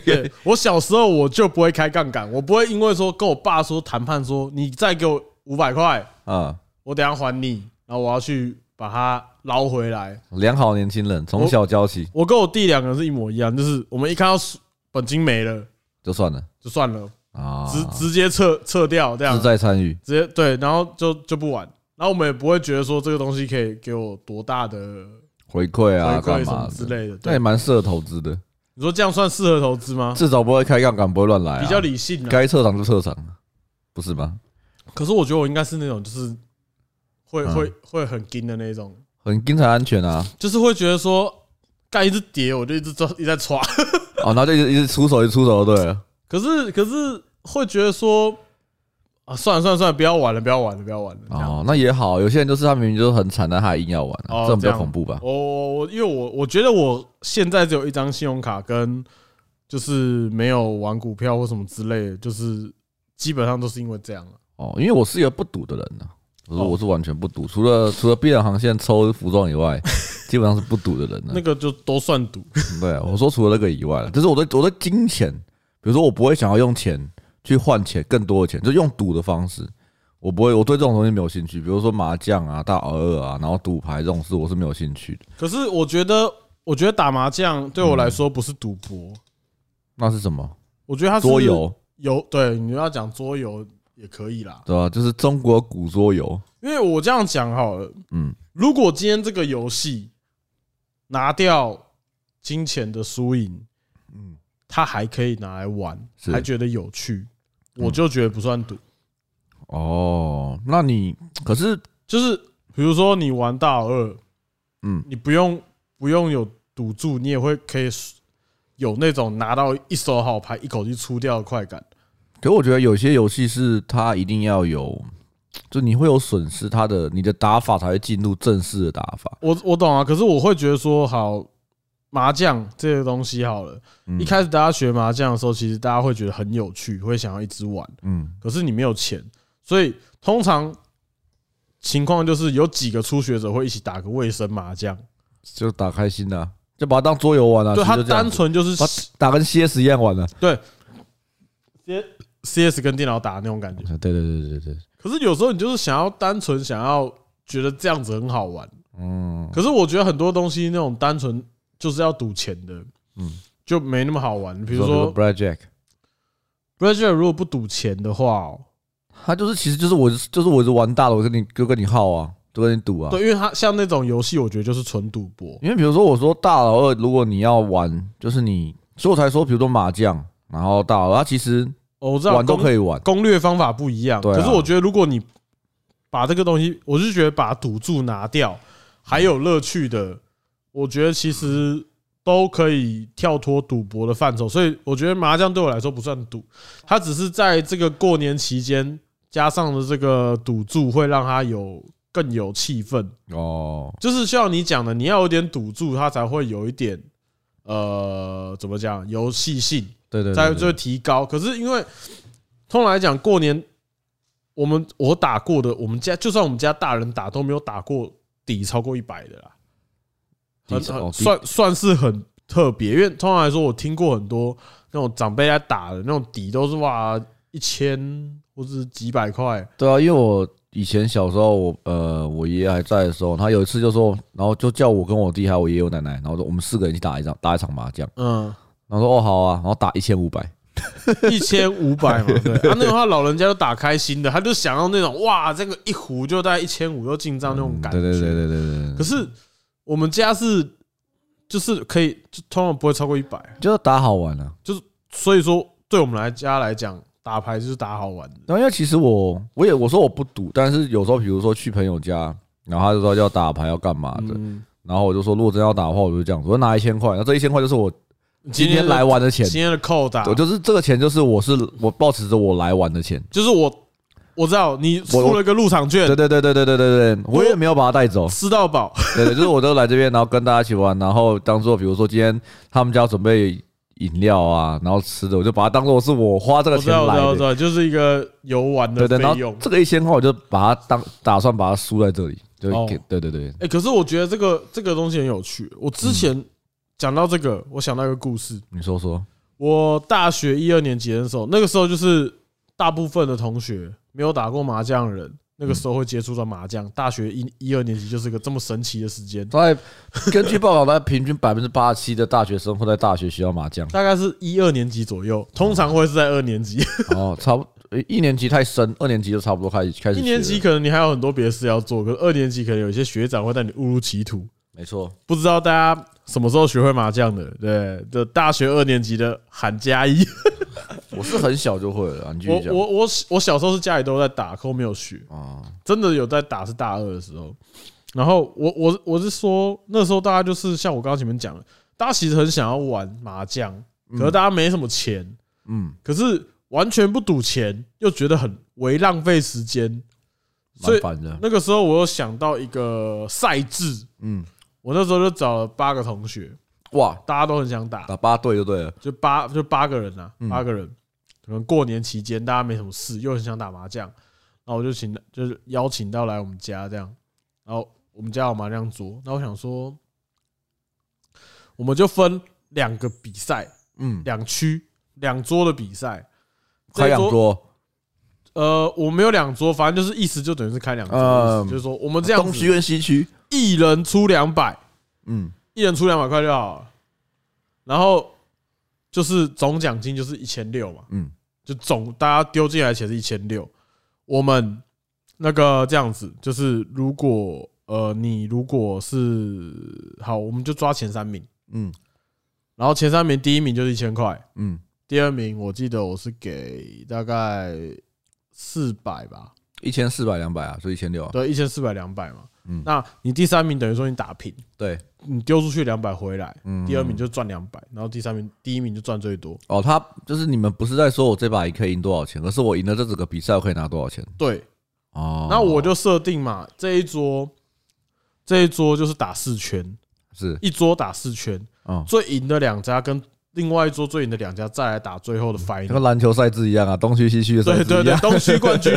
B: 对我小时候我就不会开杠杆，我不会因为说跟我爸说谈判说你再给我五百块，
A: 啊，
B: 我等一下还你，然后我要去把它捞回来。
A: 良好年轻人从小教起
B: 我跟我弟两个人是一模一样，就是我们一看到输本金没了
A: 就算了
B: 就算了，
A: 啊，
B: 直直接撤撤掉这样
A: 自，在参与，
B: 啊直接对，然后就就不玩。然后我们也不会觉得说这个东西可以给我多大的
A: 回馈
B: 回
A: 啊，干
B: 馈什
A: 嘛
B: 么
A: 的
B: 之类的。
A: 那也
B: 对，
A: 蛮适合投资的，
B: 你说这样算适合投资吗？
A: 至少不会开杠杆，不会乱来、啊，
B: 比较理性啊。
A: 该撤场就撤场，不是吗？
B: 可是我觉得我应该是那种就是会
A: 嗯
B: 会会很精的那种，
A: 很精彩安全 啊，
B: 就是会觉得说，干一直跌，我就一直抓，一直在抓。
A: 哦，然后就一直一直出手，一直出手，对了，
B: 可是可是会觉得说，啊，算了算了算了，不要玩了，不要玩了，不要玩 了。这样
A: 哦，那也好，有些人就是他明明就是很惨，但他还硬要玩、啊
B: 哦
A: 这种比
B: 这
A: 较
B: 样
A: 恐怖吧？
B: 我我我，因为我我觉得我现在只有一张信用卡，跟就是没有玩股票或什么之类的，就是基本上都是因为这样了。
A: 哦，因为我是一个不赌的人呢、我是
B: 哦
A: 我是完全不赌，除了除了碧蓝航线抽服装以 外，基本上是不赌的人呢、啊
B: 那个就都算赌，
A: 对，我说除了那个以外，就是我对我对金钱，比如说我不会想要用钱去换钱更多的钱，就用赌的方式，我不会，我对这种东西没有兴趣，比如说麻将啊、大老二啊，然后赌牌这种事，我是没有兴趣的。
B: 可是我觉得，我觉得打麻将对我来说不是赌博，
A: 那是什么？
B: 我觉得它是
A: 桌游
B: 游对，你要讲桌游也可以啦，
A: 对吧、就是中国古桌游，
B: 因为我这样讲好了，
A: 嗯，
B: 如果今天这个游戏拿掉金钱的输赢，
A: 嗯
B: 嗯，它还可以拿来玩，
A: 是
B: 还觉得有趣，
A: 嗯
B: 我就觉得不算赌。
A: 哦，那你可是
B: 就是比如说你玩大老二，
A: 嗯
B: 嗯，你不用不用有赌注，你也会可以有那种拿到一手好牌一口气出掉的快感。
A: 可我觉得有些游戏是它一定要有，就你会有损失，它的你的打法才会进入正式的打法。
B: 我我懂啊，可是我会觉得说，好麻将这个东西好了，
A: 嗯
B: 一开始大家学麻将的时候，其实大家会觉得很有趣，会想要一直玩，
A: 嗯
B: 可是你没有钱，所以通常情况就是有几个初学者会一起打个卫生麻将，
A: 就打开心呐、啊，就把它当桌游玩了、啊。
B: 对
A: 其实
B: 他
A: 就这样
B: 单
A: 子
B: 纯就是
A: 把它打跟 CS 一样玩了、啊
B: C S 跟电脑打那种感觉。
A: 对对对对对，
B: 可是有时候你就是想要单纯想要觉得这样子很好玩，
A: 嗯
B: 可是我觉得很多东西那种单纯就是要赌钱的，
A: 嗯，
B: 就没那么好玩。比
A: 比
B: 如说
A: b r a d Jack，
B: b r a d g e r 如果不赌钱的话、哦，
A: 啊他就是其实就是我就是我是玩大了，我跟你就跟你耗啊，就跟你赌啊。
B: 对，因为他像那种游戏，我觉得就是纯赌博。
A: 因为比如说我说大老二，如果你要玩，就是你，所以我才说，比如说麻将，然后大老二，它其实
B: 哦我知道
A: 玩都可
B: 以，
A: 以玩，
B: 攻略方法不一样。
A: 对啊
B: 可是我觉得如果你把这个东西，我是觉得把赌注拿掉，还有乐趣的，我觉得其实都可以跳脱赌博的范畴。所以我觉得麻将对我来说不算赌，它只是在这个过年期间加上了这个赌注，会让它有更有气氛。
A: 哦，
B: 就是像你讲的，你要有点赌注，它才会有一点呃，怎么讲，游戏性
A: 对对，
B: 才
A: 对
B: 就
A: 对
B: 会提高。可是因为通常来讲，过年我们我打过的，我们家就算我们家大人打都没有打过底超过一百的啦，很
A: 底层
B: 很
A: 哦底
B: 算算是很特别。因为通常来说，我听过很多那种长辈在打的那种底都是哇一千或是几百块，
A: 对啊，因为我以前小时候，我呃，我爷爷还在的时候，他有一次就说，然后就叫我跟我弟还有我爷爷我奶奶，然后说我们四个人去打一场打一场麻将，
B: 嗯，
A: 然后说哦好啊，然后打一千五百，
B: 一千 五百嘛，对。啊，那种话老人家就打开心的，他就想要那种哇，这个一壶就大概一千五又进账那种感觉。
A: 嗯对对对对对对
B: 可
A: 对，
B: 是我们家是就是可以，就通常不会超过一百，
A: 就是打好玩啊。
B: 所以说对我们来家来讲，打牌就是打好玩的。
A: 然后因为其实我我也我说我不赌，但是有时候比如说去朋友家，然后他就说要打牌要干嘛的，
B: 嗯，
A: 然后我就说如果真要打的话，我就这样子，我就拿一千块，那这一千块就是我今
B: 天
A: 天
B: 的
A: 来玩的钱，
B: 今天的扣打，
A: 我就是这个钱就是我是我保持着我来玩的钱。
B: 就是我我知道你付了一个入场券
A: 对，对对对对对对对，我也没有把它带走。
B: 吃到饱，
A: 对对，就是我都来这边，然后跟大家一起玩，然后当做比如说今天他们家准备饮料啊，然后吃的，我就把它当做是我花这
B: 我
A: 个
B: 知
A: 钱
B: 道我知
A: 来
B: 道我知
A: 的。
B: 道，就是一个游玩的
A: 对对，
B: 费
A: 然后
B: 用。
A: 这个一千块我就把它当打算把它输在这里，就
B: 哦
A: 给对对对，
B: 哎、可是我觉得这个这个东西很有趣。我之前讲到这个，我想到一个故事。
A: 你说说，
B: 我大学一二年级的时候，那个时候就是大部分的同学没有打过麻将的人，那个时候会接触到麻将。大学一一二年级就是个这么神奇的时间，，
A: 大概根据报道，大概平均百分之八七的大学生会在大学学校麻将
B: 大概是一二年级左右，通常会是在二年级。
A: 哦，差不多一年级太深，二年级就差不多开始开始学
B: 一
A: 了，
B: 年级可能你还有很多别的事要做，可是二年级可能有一些学长会带你误入歧途。
A: 没错，
B: 不知道大家什么时候学会麻将的？对，的大学二年级的喊加一。
A: 我是很小就会了啊，你继
B: 我
A: 续讲
B: 我我我小时候是家里都在打，可我没有学，
A: 啊，
B: 真的有在打是大二的时候。然后我我我是说那时候大家就是像我刚刚前面讲的，大家其实很想要玩麻将，可是大家没什么钱，
A: 嗯，
B: 可是完全不赌钱，又觉得很为浪费时间。所
A: 蛮
B: 以
A: 烦的，
B: 那个时候我有想到一个赛制，
A: 嗯，
B: 我那时候就找了八个同学，
A: 哇，
B: 大家都很想打，
A: 打八对就对了，
B: 就八就八个人呐、
A: 嗯
B: 八个人。可能过年期间大家没什么事，又很想打麻将，然后我就请就是邀请到来我们家这样，然后我们家有麻将桌，那我想说，我们就分两个比赛，
A: 嗯，
B: 两区两桌的比赛。
A: 开两
B: 这一，
A: 桌，
B: 呃，我没有两桌，反正就是意思就等于是开两桌的意
A: 嗯
B: 思，就是说我们这样
A: 东区
B: 子，
A: 跟西区，
B: 一人出两百，
A: 嗯，
B: 一人出两百块就好了，然后就是总奖金就是一千六嘛，
A: 嗯，
B: 就总大家丢进来的钱是一千六，我们那个这样子就是如果呃你如果是好，我们就抓前三名，
A: 嗯
B: 然后前三名第一名就是一千块，
A: 嗯，
B: 第二名我记得我是给大概四百吧，
A: 一千四百两百啊，就一千六啊，
B: 对，一千四百两百嘛，
A: 嗯
B: 那你第三名等于说你打平，
A: 对，
B: 你丢出去两百回来。
A: 嗯，
B: 第二名就赚两百，然后第三名第一名就赚最多。
A: 哦，他就是你们不是在说我这把可以赢多少钱，而是我赢了这整个比赛我可以拿多少钱
B: 对，
A: 哦。
B: 那我就设定嘛，这一桌这一桌就是打四圈，
A: 是
B: 一桌打四圈，
A: 嗯，
B: 最赢的两家跟另外一桌最赢的两家再来打最后的
A: 就跟
B: final。
A: 篮球赛制一样啊，东区西区的赛制
B: 对嗯对
A: 一
B: 对，
A: 样。啊
B: 东区冠军，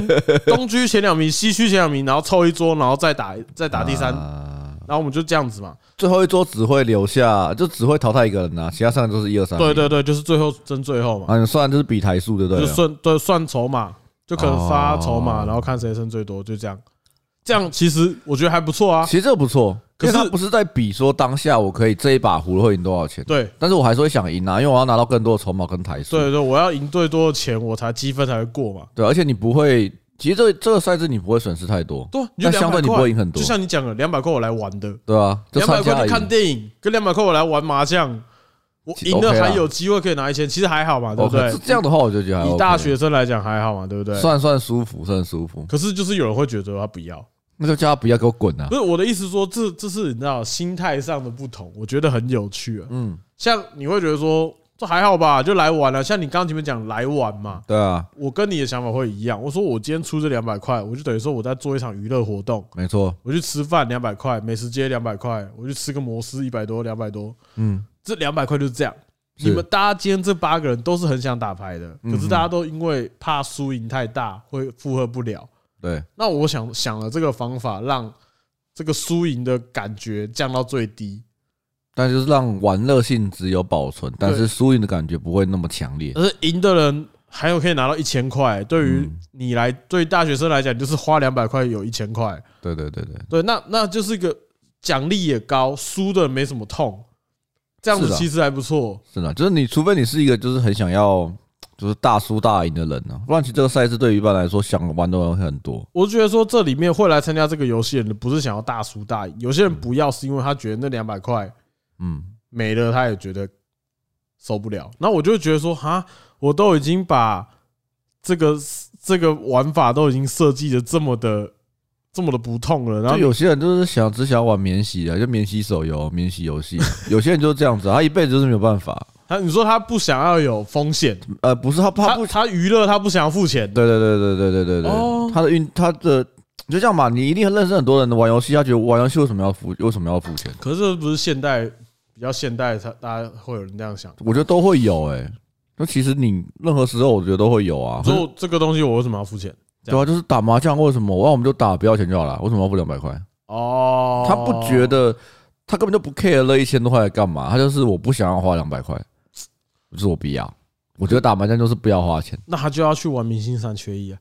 B: 东区前两名，西区前两名，然后凑一桌，然后再打再打第三，
A: 啊
B: 然后我们就这样子嘛。
A: 最后一桌只会留下，就只会淘汰一个人呐、其他三个都是一二三。
B: 对对对，就是最后争最后嘛，
A: 啊，你算就是比台数对不
B: 就
A: 对了？
B: 算对算筹码，就可能发筹
A: 哦
B: 码，然后看谁剩最多，就这样。这样其实我觉得还不错啊。
A: 其实这个不错，可
B: 可
A: 是
B: 是
A: 他不是在比说当下我可以这一把葫芦会赢多少钱，
B: 对
A: 但是我还是会想赢啊，因为我要拿到更多的筹码跟台数。
B: 对对，我要赢最多的钱，我才积分才会过嘛。
A: 对，而且你不会，其实这这个赛制你不会损失太多，
B: 对啊，你就
A: 但相对
B: 两百
A: 你不会
B: 块，
A: 赢很多
B: 就，像你讲的，两百块我来玩的，
A: 对啊，就参
B: 两百
A: 加
B: 块
A: 而
B: 去
A: 已。
B: 看电影，跟两百块我来玩麻将，我
A: 其实
B: 赢了
A: OK 啦
B: 还有机会可以拿一千，其实还好嘛，对不
A: OK，
B: 对
A: 啊这？这样的话我就觉得还
B: 以
A: OK
B: 大学生来讲还好嘛，对不对？
A: 算算舒服，算舒服，
B: 可是就是有人会觉得他不要，
A: 那就叫他不要给我滚啊
B: 不！是我的意思说，这这是你知道心态上的不同，我觉得很有趣啊。
A: 嗯，
B: 像你会觉得说这还好吧，就来玩了、像你刚刚前面讲来玩嘛，
A: 对啊，
B: 我跟你的想法会一样。我说我今天出这两百块，我就等于说我在做一场娱乐活动，
A: 没错，
B: 我去吃饭两百块，美食街两百块，我去吃个摩斯一百多两百多，
A: 嗯，
B: 这两百块就是这样。
A: 是
B: 你们大家今天这八个人都是很想打牌的，
A: 嗯
B: 可是大家都因为怕输赢太大会负荷不了。
A: 对，
B: 那我想想了这个方法，让这个输赢的感觉降到最低，
A: 但就是让玩乐性只有保存，但是
B: 对
A: 输赢的感觉不会那么强烈。
B: 而赢的人还有可以拿到一千块。对于
A: 嗯
B: 你来，对于大学生来讲，就是花两百块有一千块。
A: 对对对对，
B: 对，那那就是一个奖励也高，输的没什么痛，这样
A: 是啊
B: 子
A: 的
B: 其实还不错。
A: 是的，就是你除非你是一个就是很想要就是大输大赢的人呢、啊，不然其实这个赛事对于一般来说想玩的人会很多。
B: 我觉得说这里面会来参加这个游戏的人，不是想要大输大赢，有些人不要是因为他觉得那两百块
A: 嗯，
B: 没了，他也觉得受不了。那我就觉得说，哈，我都已经把这个这个玩法都已经设计的这么的这么的不痛了，然
A: 就
B: 后
A: 有些人就是想只想要玩免洗啊，就免洗手游、免洗游戏，有些人就是这样子啊，他一辈子就是没有办法。
B: 他你说他不想要有风险，
A: 呃，不是他他
B: 他
A: 不，
B: 他娱乐他不想要付钱，
A: 对对对对对对对
B: 哦
A: 对，他的运他的。就这样吧，你一定认识很多人玩游戏，他觉得玩游戏为什么要付为什么要付钱？
B: 可是这不是现代比较现代，他大家会有人这样想。
A: 我觉得都会有哎、那其实你任何时候，我觉得都会有啊。
B: 所以我这个东西我为什么要付钱？这
A: 对
B: 样
A: 啊，就是打麻将为什么？那我们就打不要钱就好了，为什么要付两百块？
B: 哦，
A: 他不觉得，他根本就不 care 那一千多块干嘛？他就是我不想要花两百块，就是我不要。我觉得打麻将就是不要花钱，
B: 那他就要去玩明星三缺一啊。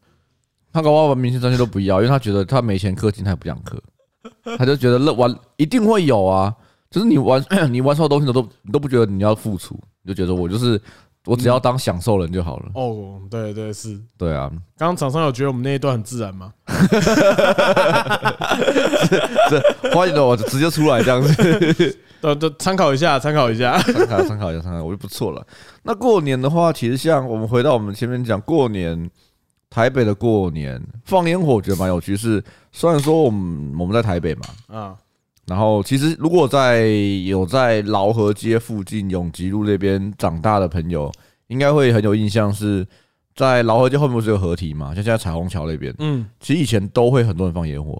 A: 他搞不好玩明星专线都不要，因为他觉得他没钱氪金，他也不想氪，他就觉得那玩一定会有啊。就是你玩 你玩所有东西你都你都不觉得你要付出，你就觉得我就是我只要当享受人就好了。
B: 哦，对对是。
A: 对啊，
B: 刚刚厂商有觉得我们那一段很自然吗？
A: 欢迎的我直接出来这样子。
B: 呃，对，参考一下，参考一下。
A: 参考参考一下，参考一下，我就不错了。那过年的话，其实像我们回到我们前面讲过年，台北的过年放烟火，我觉得蛮有趣。是虽然说我们我们在台北嘛，
B: 啊，
A: 然后其实如果在有在劳河街附近永吉路那边长大的朋友，应该会很有印象是。在劳河街后面不是有河堤嘛？像现在彩虹桥那边，
B: 嗯，
A: 其实以前都会很多人放烟火。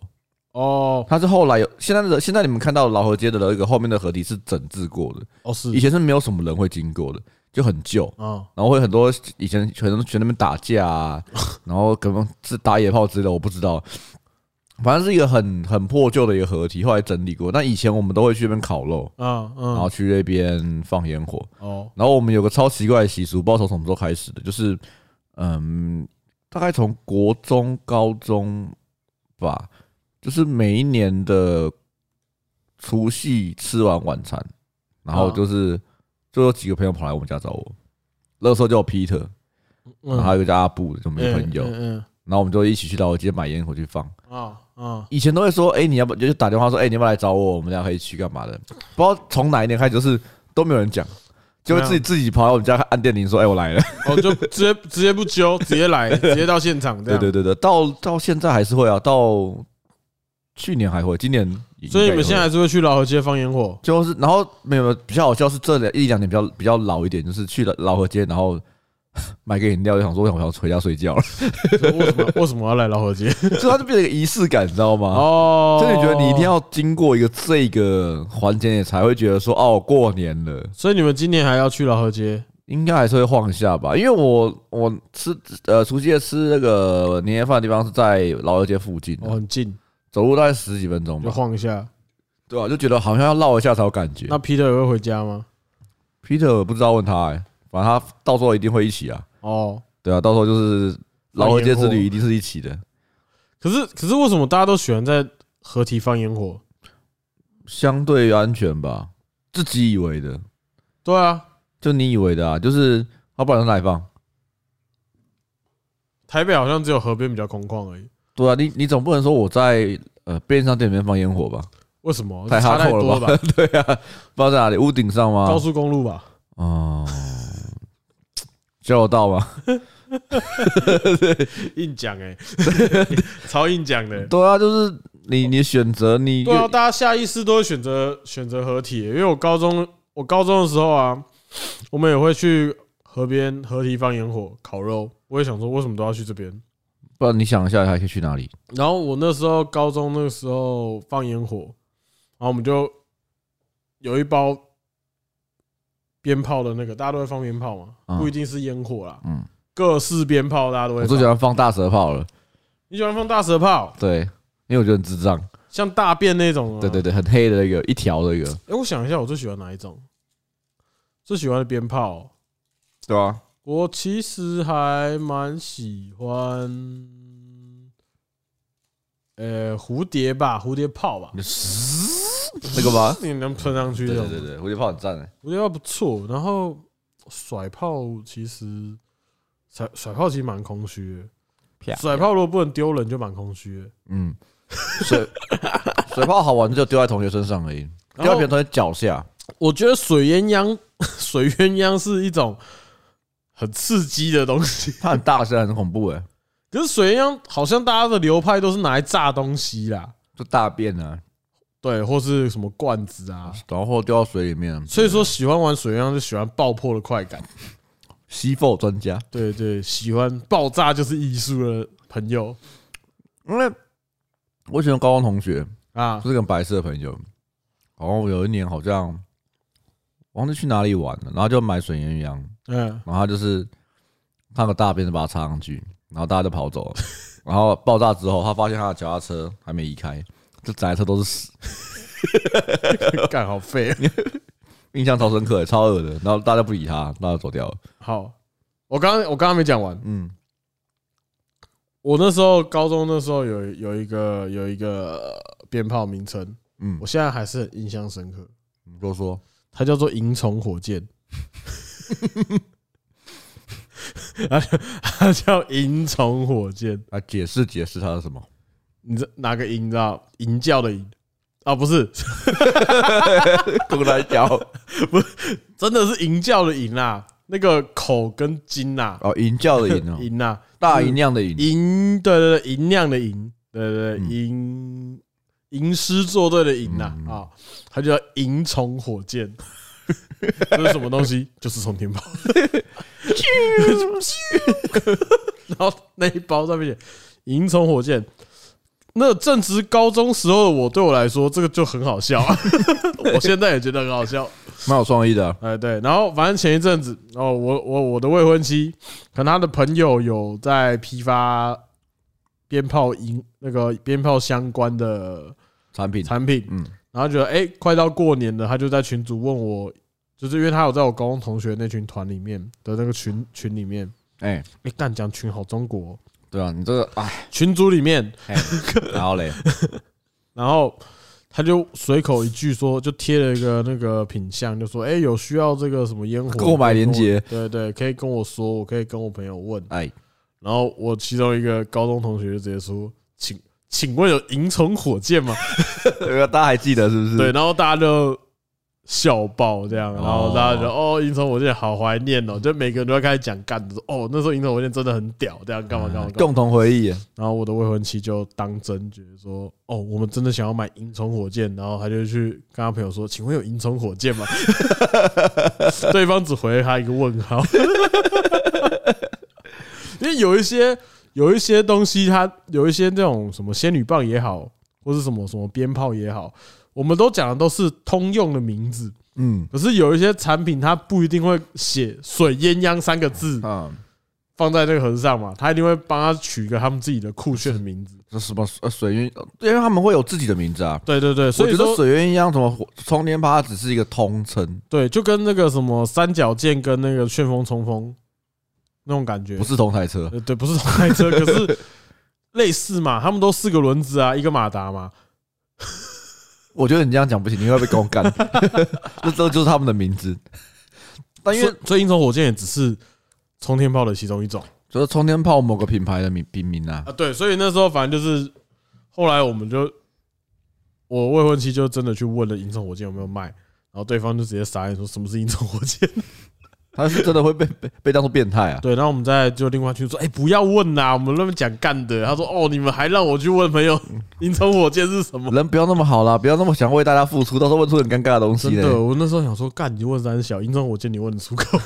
B: 哦，
A: 它是后来有现在的现在你们看到劳河街的那个后面的河堤是整治过的，
B: 哦是
A: 以，前是没有什么人会经过的，就很旧，
B: 啊，
A: 然后会很多以前全都去那边打架啊，然后可能是打野炮之类的，我不知道。反正是一个很很破旧的一个合体，后来整理过。那以前我们都会去那边烤肉，
B: 啊，
A: 然后
B: 嗯，
A: 去那边放烟火。
B: 哦，
A: 然后我们有个超奇怪的习俗，不知道从什么时候开始的，就是嗯，大概从国中、高中吧，就是每一年的除夕吃完晚餐，然
B: 嗯
A: 后就是就有几个朋友跑来我们家找我，那时候叫我 Peter，然后还
B: 嗯，
A: 有一个叫阿布的，就没朋友，
B: 嗯
A: 然后我们就一起去老街买烟火去放。
B: 嗯，啊啊，
A: 以前都会说，哎、你要不就打电话说，哎、你要不要来找我？我们俩可以去干嘛的？不知道从哪一年开始，就是都没有人讲，就会自己
B: 啊
A: 自己跑到我们家按电铃说，哎、我来了。
B: 哦就直接 直接不揪，直接来，直接到现场这
A: 对
B: 样。
A: 对对对，到到现在还是会啊，到去年还会，今年也
B: 所以你
A: 应该也会
B: 们现在还是会去老河街放烟火？
A: 就是，然后没有没有比较好笑是这两一两年比较比较老一点，就是去了老河街，然后 买个饮料，就想说我想我要回家睡觉 了，
B: 为什么 为什么要来老河街？
A: 所以它就变成一个仪式感，你知道吗？啊
B: 哦，
A: 就你觉得你一定，要经过一个这个环节，你才会觉得说哦，过年了，
B: 所以你们今年还要去老河街？
A: 应该还是会晃一下吧。因为我我吃呃除夕夜吃那个年夜饭的地方是在老二街附近的，
B: 哦，很近，
A: 走路大概十几分钟
B: 就
A: 吧。
B: 晃一下。
A: 对啊吧、就觉得好像要绕一下才有感觉。
B: 那 Peter 也会回家吗？
A: Peter 不知道问他、欸，反正他到时候一定会一起啊。
B: 哦，
A: 对啊，到时候就是老河街之旅一定是一起的。
B: 可是可是为什么大家都喜欢在合体放烟火？
A: 相对安全吧，自己以为的，
B: 对啊，
A: 就你以为的啊，就是要不然哪里放？
B: 台北好像只有河边比较空旷而已。
A: 对啊，你你总不能说我在呃便利商店里面放烟火吧？
B: 为什么？
A: 太
B: 差
A: 哈
B: 太
A: 扣
B: 多
A: 了
B: 吧？
A: 对啊，不知道在哪里，屋顶上啊吗
B: 高？速公路吧？
A: 哦，交流道吗？
B: 硬讲哎， 超硬讲的。
A: 对啊，就是你你选择你
B: 对啊，大家下意识都会选择选择合体，欸因为我高中我高中的时候啊，我们也会去河边合体放烟火烤肉。我也想说，为什么都要去这边？
A: 不然你想一下还可以去哪里？
B: 然后我那时候高中那个时候放烟火，然后我们就有一包鞭炮的那个，大家都会放鞭炮嘛，
A: 嗯
B: 不一定是烟火啦，
A: 嗯，
B: 各式鞭炮大家都会
A: 我最喜
B: 放。
A: 欢放大蛇炮了，
B: 你喜欢放大蛇炮，
A: 对，因为我觉得很智障。
B: 像大便那种啊？
A: 对对对，很黑的那个，一条的一个，
B: 哎，我想一下，我最喜欢哪一种？最喜欢的鞭炮哦、
A: 对啊，
B: 我其实还蛮喜欢，呃，蝴蝶吧，蝴蝶炮吧，
A: 那个吗？
B: 你能喷上去
A: 对
B: 的，
A: 对对对，蝴蝶炮很赞欸的。
B: 蝴蝶炮不错。然后甩炮其实甩甩炮其实蛮空虚
A: 啪
B: 的，甩炮如果不能丢人就蛮空虚的。
A: 嗯，水 水泡好玩就丢在同学身上而已，丢
B: 然
A: 在
B: 后
A: 别人同学脚下。
B: 我觉得水鸳鸯， 水鸳鸯是一种很刺激的东西，
A: 它很大声，很恐怖哎，
B: 可是水鸳鸯好像大家的流派都是拿来炸东西啦，
A: 就大便啊，
B: 对，或是什么罐子啊。
A: 然后丢到水里面。
B: 所以说，喜欢玩水一样就喜欢爆破的快感。
A: 吸附专家，
B: 对对，喜欢爆炸就是艺术的朋友
A: 因为我以前有高中同学
B: 啊
A: 就是个很白色的朋友，好像我有一年好像忘记去哪里玩了，然后就买水鸳鸯，
B: 嗯，
A: 然后他就是看个大便就把它插上去，然后大家就跑 走了。然后爆炸之后，他发现他的脚踏车还没移开，这整台车都是屎，
B: 干好废。
A: 印象超深刻、超恶的。然后大家不理他，那就走掉了。
B: 好，我刚刚我刚刚没讲完，
A: 嗯，
B: 我那时候高中那时候有有一个有一个呃鞭炮名称，
A: 嗯
B: 我现在还是很印象深刻，
A: 你就说
B: 它叫做萤虫火 箭。它叫它叫萤虫火箭，
A: 来哎解释解释他是什 么？
B: 你知哪个萤？你知道银教的银啊？不是，
A: 不来教
B: 真的是银教的银啊，那个口跟金呐、
A: 哦，银教的 银哦，
B: 银啊呐，
A: 大银量的银，
B: 银，对对对，银亮的银，对对对，
A: 嗯
B: 银银狮作队的银呐
A: 嗯
B: 啊，它就叫银虫火箭， 这是什么东西？ 就是冲天炮，然后那一包上面写银虫火箭。那正值高中时候的我，对我来说，这个就很好笑、 啊，我现在也觉得很好笑。
A: 蛮有创意的啊、
B: 哎，对，然后反正前一阵子，哦，我我我的未婚妻，可能她的朋友有在批发鞭炮营那个鞭炮相关的
A: 产品。
B: 产品，
A: 嗯
B: 然后觉得哎、快到过年了，她就在群组问我，就是因为她有在我高中同学那群团里面的那个群群里面，
A: 哎、
B: 哎，干讲群好中国哦、
A: 对啊，你这个哎，
B: 群组里面，
A: 哎 然后嘞，
B: 然后她就随口一句说，就贴了一个那个品相，就说哎、有需要这个什么烟火
A: 购买
B: 可以
A: 链
B: 跟
A: 接
B: 我对对，可以跟我说，我可以跟我朋友问。
A: 哎，
B: 然后我其中一个高中同学就直接说：“请请问有萤虫火箭吗
A: 大家还记得 是不？”是？
B: 对，，然后大家就笑爆这样，然后大家就哦，萤虫火箭好怀念哦，就每个人都在开始讲干的，说哦，那时候萤虫火箭真的很屌，这样干嘛干嘛干嘛。
A: 共同回忆。啊
B: 然后我的未婚妻就当真觉得说：“哦，我们真的想要买萤虫火箭。”然后他就去跟他朋友说：“请问有萤虫火箭吗？”对方只回了他一个问号， 因为有一些有一些东西，它有一些这种什么仙女棒也好，或是什么什么鞭炮也好，我们都讲的都是通用的名字。
A: 嗯
B: 可是有一些产品，它不一定会写“水鸳鸯”三个字
A: 嗯，
B: 放在那个盒子上嘛，他一定会帮他取一个他们自己的酷炫的名字。
A: 这什么呃水鸳，因为他们会有自己的名字啊。
B: 对对对，
A: 我
B: 所以
A: 觉
B: 说
A: 得水鸳鸯什么火冲天趴只是一个通称，
B: 对，就跟那个什么三角剑跟那个旋风冲锋那种感觉，
A: 不是同台车。
B: 呃对，不是同台 车，可是类似嘛，他们都四个轮子啊，一个马达嘛，
A: 我觉得你这样讲不行，你会被公 干。这这就是他们的名字。但因为
B: 所所以鹰头火箭也只是冲天炮的其中一种
A: 就是冲天炮某个品牌的名品名啊
B: 啊。，对，所以那时候反正就是后来我们就我未婚妻就真的去问了鹰头火箭有没有卖，然后对方就直接傻眼说什么是鹰头火箭？
A: 他是真的会被被被当做变态啊。
B: 对，然后我们再就另外去说，哎，不要问啦，我们那边讲干的。他说，哦，你们还让我去问朋友
A: 嗯
B: 鹰头火箭是 什么？
A: 人不要那么好啦，不要那么想为大家付出，到时候问出很尴尬的东西
B: 真的，哦
A: 嘞。
B: 我那时候想说，干你问三小，鹰头火箭你问得 出口？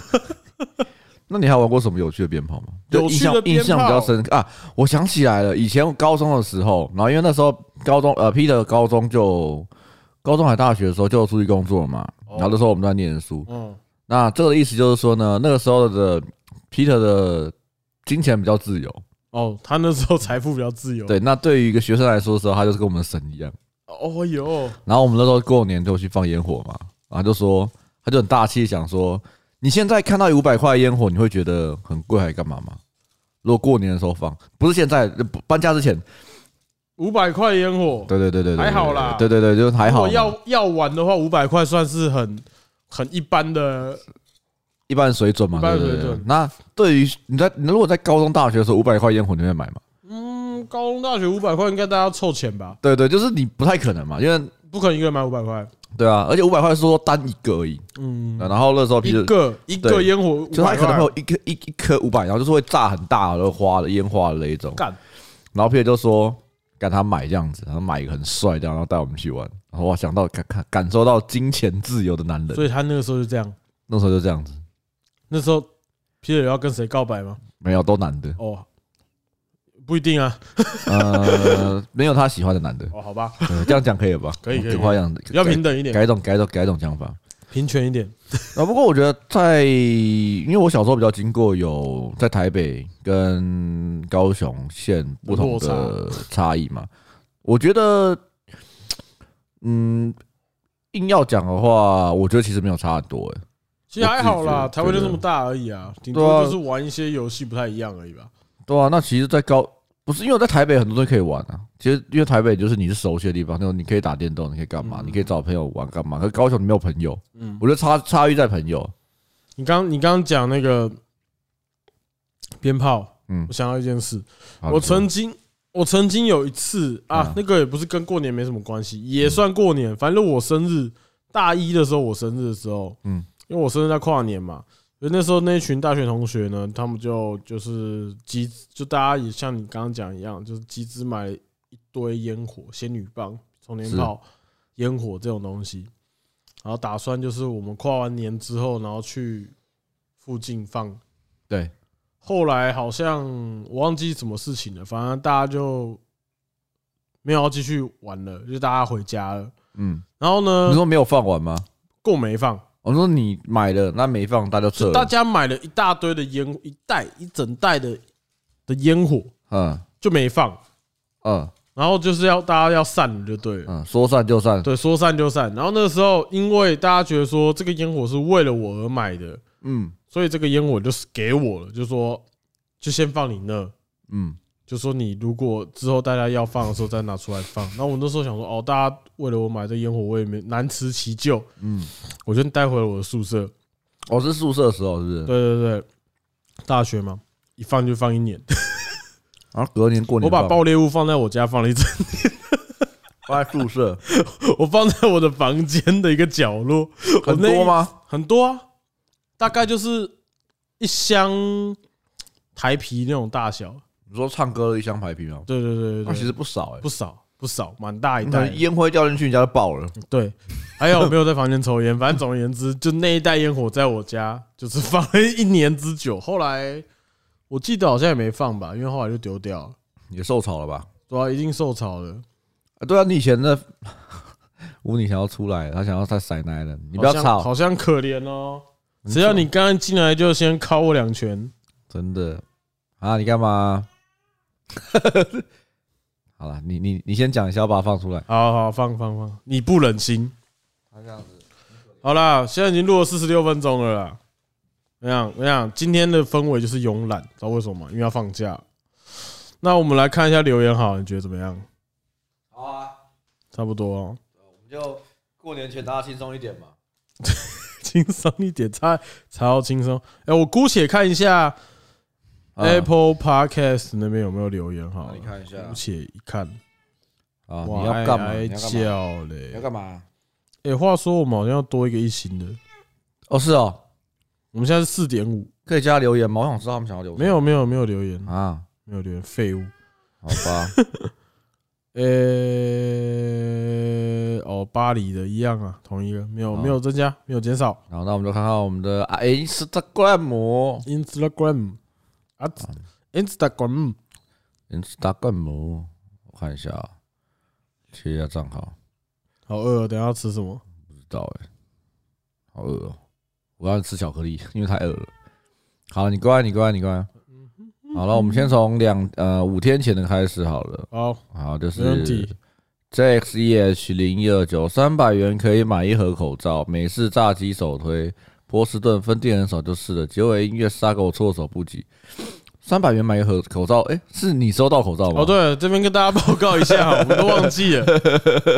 A: 那你还玩过什么有趣的鞭炮吗？就
B: 有
A: 印
B: 趣
A: 象
B: 的鞭
A: 印
B: 炮
A: 象比较深刻啊！我想起来了，以前高中的时候，然后因为那时候高中呃，Peter 高中就高中还大学的时候就出去工作了嘛，
B: 哦
A: 然后那时候我们都在念书，
B: 嗯，
A: 那这个意思就是说呢，那个时候的 Peter 的金钱比较自由，
B: 哦，他那时候财富比较自由。
A: 对。那对于一个学生来说的时候，他就是跟我们神一样。
B: 哦哟，
A: 然后我们那时候过年就去放烟火嘛，然后就说他就很大气地想说，你现在看到五百块的烟火，你会觉得很贵还干嘛吗？如果过年的时候放，不是现在呃不搬家之前，
B: 五百块烟火，
A: 对对对对对，对
B: 还好啦
A: 对对对，就是还
B: 如
A: 好
B: 果
A: 嘛。
B: 要要玩的话，五百块算是很很一般的。
A: 一般水准嘛，
B: 一般
A: 对
B: 的
A: 对
B: 水
A: 对
B: 准
A: 对。那对于你在你如果在高中大学的时候，五百块烟火你会买吗？
B: 嗯，高中大学五百块应该大家凑钱吧？
A: 对对，就是你不太可能嘛，因为
B: 不可能一个人买五百块。
A: 对啊，而且五百块是说单一个而已。
B: 嗯，
A: 然后那时候
B: 一
A: Peter
B: 个一个
A: 对
B: 烟火五
A: 就是他
B: 百
A: 可能
B: 块
A: 会，有一颗一一颗五百，然后就是会炸很大的花的烟花的那一种。
B: 干
A: 然后 Peter 就说赶他买这样子，然后买一个很帅这样，然后带我们去玩。然后我想到感感感受到金钱自由的男人
B: 所，以他那个时候就这样。那
A: 那时候就这样子，
B: 那时候 Peter 有要跟谁告白吗？
A: 没有都男的，
B: 哦，不一定啊。
A: 呃，没有他喜欢的男 的，
B: 哦，好吧，
A: 对这样讲可以吧？
B: 可以可以
A: 跟花样
B: 要
A: 改
B: 平等一 点，
A: 改一种改一种改一种讲法。
B: 平权一点。
A: 啊，不过我觉得在，因为我小时候比较经过有在台北跟高雄县不同的
B: 落
A: 差异嘛，我觉得，嗯，硬要讲的话，我觉得其实没有差很多、欸，
B: 其实还
A: 我自
B: 好啦，
A: 己觉得
B: 台湾就这么大而已啊，顶
A: 对
B: 多
A: 啊
B: 就是玩一些游戏不太一样而已吧。
A: 对啊，那其实，在高不是因为我在台北很多东西可以玩啊，其实因为台北就是你是熟悉的地方，那种你可以打电动，你可以干嘛，
B: 嗯
A: 你可以找朋友玩干嘛，可是高雄你没有朋友，
B: 嗯，
A: 我觉得差差异在朋友，
B: 你刚你刚刚讲那个鞭炮，
A: 嗯
B: 我，想到一件事，
A: 好
B: 我
A: 你说
B: 曾经我曾经有一次啊
A: 嗯，
B: 那个也不是跟过年没什么关系，也算过年，反正我生日大一的时候，我生日的时候，嗯
A: 嗯，
B: 因为我生日在跨年嘛。所以那时候那一群大学同学呢，他们就就是集，就大家也像你刚刚讲一样，就是集资买一堆烟火、仙女棒、充电
A: 是
B: 炮、烟火这种东西，然后打算就是我们跨完年之后，然后去附近放。
A: 对，
B: 后来好像我忘记什么事情了，反正大家就没有要继续玩了，就大家回家了。
A: 嗯，
B: 然后
A: 你
B: 呢，
A: 说没有放完吗？
B: 够没放，
A: 我哦说你买了，那没放，大家撤
B: 就大
A: 了。
B: 家买了一大堆的烟，一袋一整袋的的烟火
A: 嗯
B: 就没放，
A: 嗯
B: 然后就是要大家要散了就对了。
A: 嗯，说散就散。
B: 对，说散就散。然后那时候，因为大家觉得说这个烟火是为了我而买的，
A: 嗯
B: 所以这个烟火就是给我了，就说就先放你那，
A: 嗯，
B: 就说你如果之后大家要放的时候再拿出来放。那我那时候想说，哦，大家为了我买这烟火，我也没难辞其咎，
A: 嗯，
B: 我就带回了我的宿舍。
A: 我、哦是宿舍的时候，是不是
B: 对？对对，大学嘛，一放就放一年。
A: 然后隔年过
B: 我
A: 年
B: 把
A: 放，
B: 爆裂物放在我家放了一整，
A: 放在宿舍，
B: 我放在我的房间的一个角落， 我
A: 很
B: 那
A: 多吗？
B: 很多啊，大概就是一箱台皮那种大小。
A: 你说唱歌的一箱牌皮吗？
B: 对对对对
A: 那、
B: 对，
A: 其实不少哎、
B: 不少不少，蛮大一
A: 你可
B: 袋
A: 能。烟灰掉进去，人家就爆了。
B: 对，还有没有在房间抽烟？反 正总而言之，就那一袋烟火在我家就是放了一年之久。后来我记得好像也没放吧，因为后来就丢掉了，
A: 也受潮了吧？
B: 对啊，一定受潮了。
A: 啊对啊，你以前的 吴宁想要出来，他想要再塞奶了，你不要
B: 好像
A: 吵，
B: 好像可怜哦。只要你刚刚进来就先敲我两拳，
A: 真的啊，你干嘛？好了，你你你先讲一下，我把它放出来。
B: 好好放放放，你不忍心。
A: 他这样子，
B: 好啦，现在已经录了四十六分钟了啦。怎样怎样？今天的氛围就是慵懒，知道为什么吗？因为要放假。那我们来看一下留言，好了，你觉得怎么样？
A: 好啊，
B: 差不多、哦，
A: 我们就过年前大家轻松一点嘛。
B: 轻松一点，才才要轻松。哎，我姑且看一下
A: 啊哎
B: Apple Podcast 那边有没有留言好
A: 啊
B: 了。
A: 你看一下
B: 姑且一看。
A: 啊，
B: 哇
A: 你要干嘛？
B: 哀
A: 你
B: 哀
A: 要干嘛？
B: 叫嘞
A: 你要！干嘛？
B: 哎、话说我们好像要多一个一星的，
A: 哦，是哦，
B: 我们现在是四点五，
A: 可以加留言吗？我想知道他们想要留什么
B: 没有没有没有留言，
A: 啊？
B: 没有留言，废物。
A: 好吧，
B: 呃、哦，巴黎的一样啊，同一个，没有
A: 哦
B: 没有增加，没有减少。
A: 然后那我们就看看我们的啊 Instagram
B: Instagram 啊，Instagram，
A: Instagram，我看一下啊，切一下账号，
B: 好饿哦，等一下要吃什么？
A: 不知道哎、好饿哦！我要吃巧克力，因为太饿了。好，你乖，你乖，你乖。好了，我们先从两呃五天前的开始好了。
B: 好，
A: 好，就
B: 没
A: 是
B: 问题。
A: JXEH E 零一二九，三百元可以买一盒口罩，美式炸鸡首推，波士顿分店很少就是了。结尾音乐杀狗措手不及，三百元买一盒口罩，哎、是你收到口罩吗？
B: 哦，对，这边跟大家报告一 下，我们都忘记了。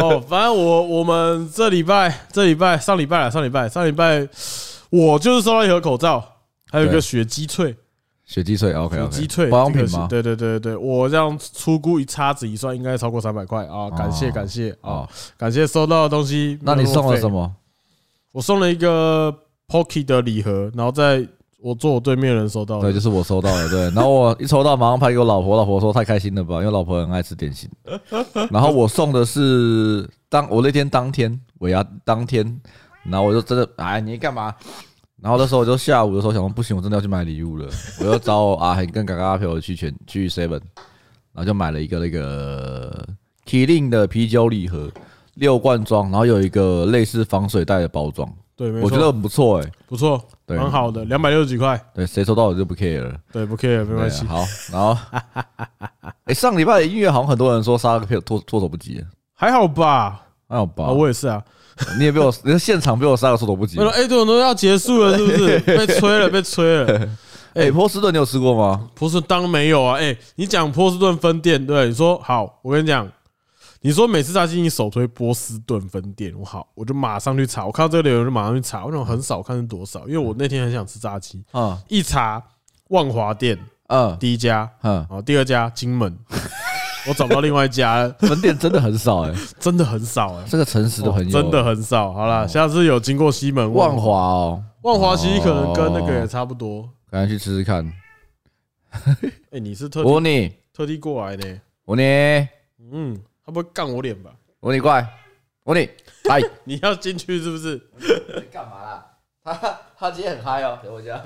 B: 哦，反正我我们这礼拜、这礼拜、上礼拜啊了，上礼拜、上礼拜，我就是收到一盒口罩，还有一个
A: 对
B: 雪肌脆，
A: 雪肌脆，OK
B: 雪
A: OK，
B: 肌脆
A: 保养
B: 这个
A: 品
B: 是
A: 吗？
B: 对对对对对，我这样粗估一叉子一算，应该超过三百块啊！感谢
A: 哦
B: 感谢啊
A: 哦，，
B: 感谢收到的东西。
A: 那你送了什
B: 么？
A: 么？
B: 我送了一个 Pocky 的礼盒，然后在我坐我对面的人收到的
A: 对，就是我收到了，对。然后我一抽到，马上拍给我老婆，老婆说太开心了吧，因为老婆很爱吃点心。然后我送的是当我那天当天尾牙当天，然后我就真的哎，你干嘛？然后那时候我就下午的时候想说不行，我真的要去买礼物了，我就找我阿恒跟嘎嘎陪我去全去 seven，然后就买了一个那个 Killing 的啤酒礼盒，六罐装，然后有一个类似防水袋的包装，
B: 对，没
A: 我觉
B: 错，
A: 得很不错哎、
B: 不错，
A: 对
B: 蛮好的，两百六十几块，
A: 对，谁抽到我就不 care 了。
B: 对，不 care 没关系
A: 对。好，然后， 哎、上礼拜的音乐好像很多人说杀个片措措手不及，
B: 还好吧，
A: 还好吧？
B: 啊，我也是啊。
A: 你也被我， 你在现场被我杀个措手不及
B: 我。说，哎，对，我们都要结束了，是 不是？被吹了，被吹了。
A: 哎、波士顿你有吃过吗？
B: 波士顿没有啊，哎，你讲波士顿分店，对，你说好，我跟你讲，你说美式炸鸡你首推波士顿分店，我好，我就马上去查，我看到这个留言我就马上去查，我那种很少看是多少，因为我那天很想吃炸鸡，
A: 嗯
B: 一查万华店
A: 嗯
B: 第一家，
A: 嗯，
B: 然后第二家金门，我找不到另外一家 了，
A: 门店真的很少哎、
B: 真的很少哎、
A: 这个诚实的朋友、
B: 真的很少。好啦，下次有经过西门
A: 万华哦，
B: 万华其实可能跟那个也差不多。
A: 赶紧去吃吃看。
B: 哎，你是特地
A: 我你
B: 特地过来的，
A: 我你
B: 嗯，他不会干我脸吧？
A: 我你怪我你，哎，
B: 你要进去是不是？
A: 干嘛啦？ 他他今天很嗨哦，等 我一下。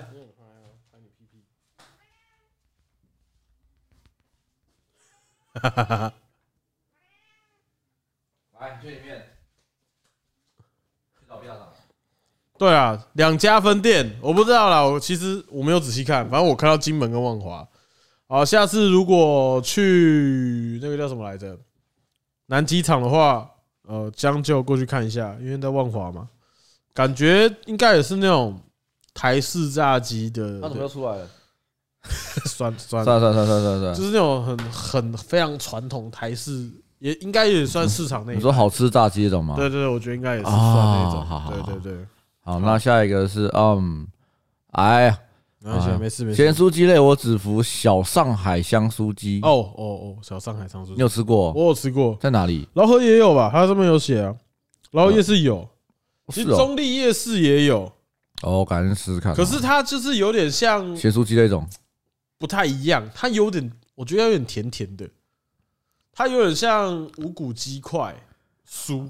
A: 来，你去里面，去找票长。
B: 对啊，两家分店，我不知道啦。我其实我没有仔细看，反正我看到金门跟万华。好，下次如果去那个叫什么来着南机场的话，呃，将就过去看一下，因为在万华嘛，感觉应该也是那种台式炸鸡的
A: 他怎么又出来了？
B: 酸 酸
A: 算，了算了算了算
B: 就
A: 了。
B: 是那种很很非常传统台式，也应该也算市场内
A: 你。说好吃炸鸡那种吗？
B: 对对对，我觉得应该也是算那
A: 哦好好
B: 种。
A: 好
B: 对对对，
A: 好，那下一个是嗯，哎呀，
B: 没关系
A: 哎，
B: 没事没
A: 咸
B: 事。
A: 酥鸡类我只服小上海香酥鸡。
B: 哦，哦哦，小上海仓鼠
A: 你，有吃过？
B: 我有吃过，
A: 在哪里？
B: 饶河也有吧？它上面有写啊，饶河夜市有，其
A: 是
B: 实
A: 哦，
B: 中立夜市也有，
A: 哦，我赶紧试试看。
B: 可是它就是有点像
A: 咸酥鸡那种，
B: 不太一样，它有点，我觉得有点甜甜的，它有点像五谷鸡块酥，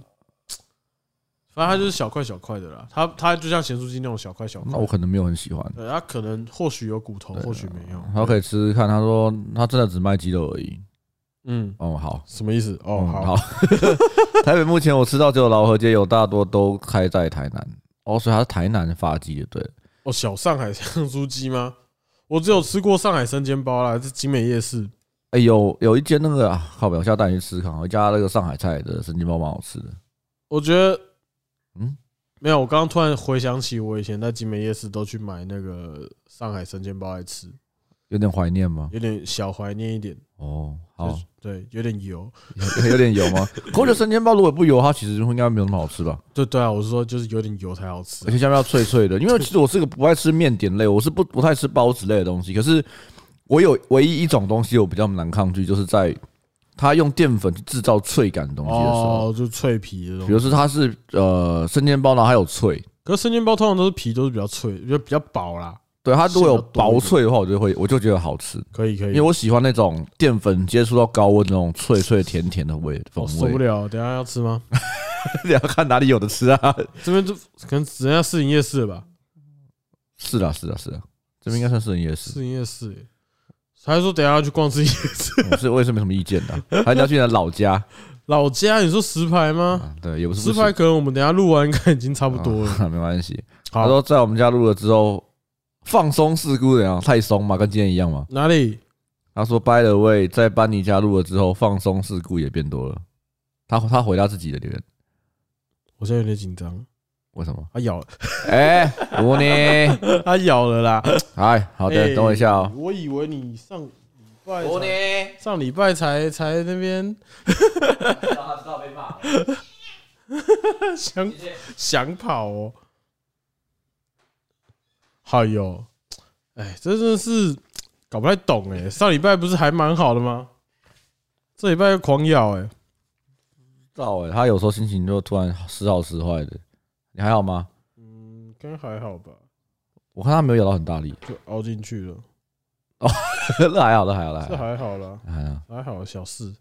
B: 反正它就是小块小块的啦，它它就像咸酥鸡那种小块小块
A: 那，我可啊能没有很喜欢。
B: 对，它可能或许有骨头，或许没有，
A: 他可以吃吃看，他说他真的只卖鸡肉而已。
B: 嗯，
A: 哦，好，
B: 什么意思？哦，
A: 嗯
B: 好，，
A: 台北目前我吃到只有老河街有，大多都开在台南。哦，所以它是台南发迹的，对。
B: 哦，小上海香酥鸡吗？我只有吃过上海生煎包啦，是集美夜市，
A: 哎、有有一间那个啊，靠北，我下次带你去吃看，有一家那个上海菜的神经包蛮好吃的。
B: 我觉得，
A: 嗯
B: 嗯，没有。我刚刚突然回想起，我以前在集美夜市都去买那个上海生煎包来吃，
A: 有点怀念吗？
B: 有点小怀念一点。
A: 哦，
B: 就
A: 好
B: 是，对，有点油。
A: 有有点油吗？可我觉得生煎包如果不油，它其实应该没有那么好吃吧。
B: 对对啊，我是说，就是有点油才好吃
A: 而。且下面要脆脆的，因为其实我是个不爱吃面点类，我是不不太吃包子类的东西。可是我有唯一一种东西我比较难抗拒，就是在它用淀粉去制造脆感的东西的时候，
B: 哦，就脆皮的东
A: 比
B: 西。
A: 如说它是呃生煎包，然后还有脆，
B: 可是生煎包通常都是皮都是比较脆，就比较薄啦。
A: 对它如果有薄
B: 馅
A: 脆的话，我就会我就觉得好吃，
B: 可以可
A: 因为，
B: 以
A: 我喜欢那种淀粉接触到高温那种脆脆甜甜的味风
B: 我哦受不
A: 味。
B: 了，等一下要吃吗？
A: 你要看哪里有的吃啊？
B: 这边就可能只剩下四营夜市了吧？
A: 是啦是啦是啦，这边应该算是夜市，
B: 四营夜市欸，还是说等一下要去逛四营夜市？
A: 我是我也是没什么意见的啊，还是你要去你的老家
B: 老家，你说石牌吗？
A: 啊？对，也不是
B: 石
A: 不行
B: 牌可能我们等一下录完，应该已经差不多了。
A: 啊 没关系。他
B: 好，
A: 说在我们家录了之后，放松事故怎样？太松嘛，跟今天一样嘛。
B: 哪里？
A: 他说 By the way，在班尼家录了之后，放松事故也变多了。他他回答自己的留言，
B: 我现在有点紧张，
A: 为 什么？
B: 它咬了，
A: 哎、我呢？
B: 它咬了啦。
A: 哎，好的，
B: 哎
A: 等我一下哦。
B: 我以为你上礼拜
A: 我呢
B: 才？上礼拜才才那边想想跑哦。哎呦，哎，这真的是搞不太懂哎。上礼拜不是还蛮好的吗？这礼拜又狂咬哎。
A: 到哎、他有时候心情就突然时好时坏的。你还好吗？
B: 嗯，应该还好吧，
A: 我看他没有咬到很大 力，
B: 就凹进去了，
A: 那还好，那还好，那
B: 这
A: 还好，
B: 还好啦，
A: 还好。
B: 还好小事。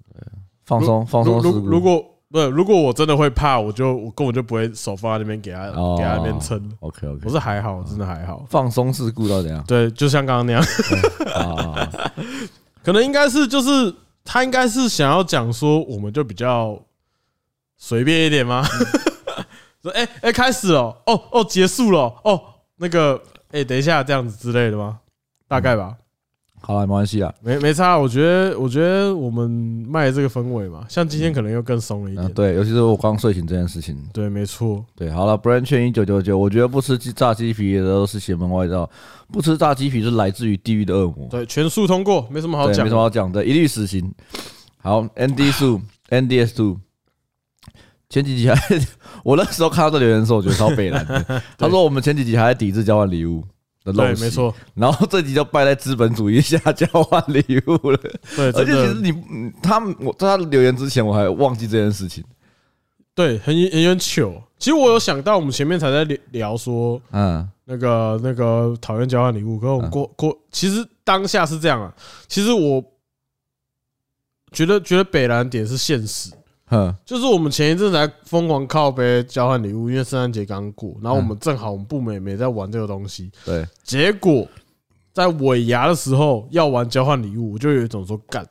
A: 放松，放
B: 如
A: 松事
B: 如
A: 故。
B: 如果不是如果我真的会怕，我就我根本就不会手放在那边给他
A: 哦嗯
B: 给他那边撑。
A: OK
B: 我
A: OK，
B: 是还好，真的还好。
A: 放松事故到怎 样？
B: 对，就像刚刚那样，
A: 啊，
B: 可能应该是就是他应该是想要讲说，我们就比较随便一点吗？
A: 嗯
B: 说哎哎，开始了，哦哦，结束了，哦那个哎，等一下这样子之类的吗？大概吧，
A: 好了，没关系啊。
B: 没没差。我觉得我觉得我们卖这个氛围嘛，像今天可能又更松了一
A: 嗯、
B: 点。
A: 对，尤其是我刚睡醒这件事情，
B: 对，没错。
A: 对，好了，Brand 券一九九九，我觉得不吃鸡炸鸡皮的都是邪门歪道，不吃炸鸡皮是来自于地狱的恶魔，
B: 对，全数通过，没什么好
A: 对，
B: 讲
A: 没什
B: 的
A: 么。好讲的，一律死刑。好，ND 数，NDS 数，前几集还 我那时候看到这留言的时候，我觉得超北 蓝的他说我们前几集还在抵制交换礼物的陋
B: 对，
A: 习，
B: 没。错，
A: 然后这集就败在资本主义下交换礼物了，
B: 对，
A: 而
B: 真
A: 且其实
B: 的，
A: 你嗯他们我在他留言之前我还忘记这件事情，
B: 对，很很很糗。其实我有想到，我们前面才在聊聊说
A: 嗯。
B: 那个那个讨厌交换礼物，可是我们
A: 嗯
B: 过过，其实当下是这样啊。其实我觉得觉得北蓝点是现实，
A: 哼，
B: 就是我们前一阵子还疯狂靠背交换礼物，因为圣诞节刚过，然后
A: 嗯
B: 我们正好我们部门也没在玩这个东西，
A: 对，
B: 结果在尾牙的时候要玩交换礼物，我就有一种说干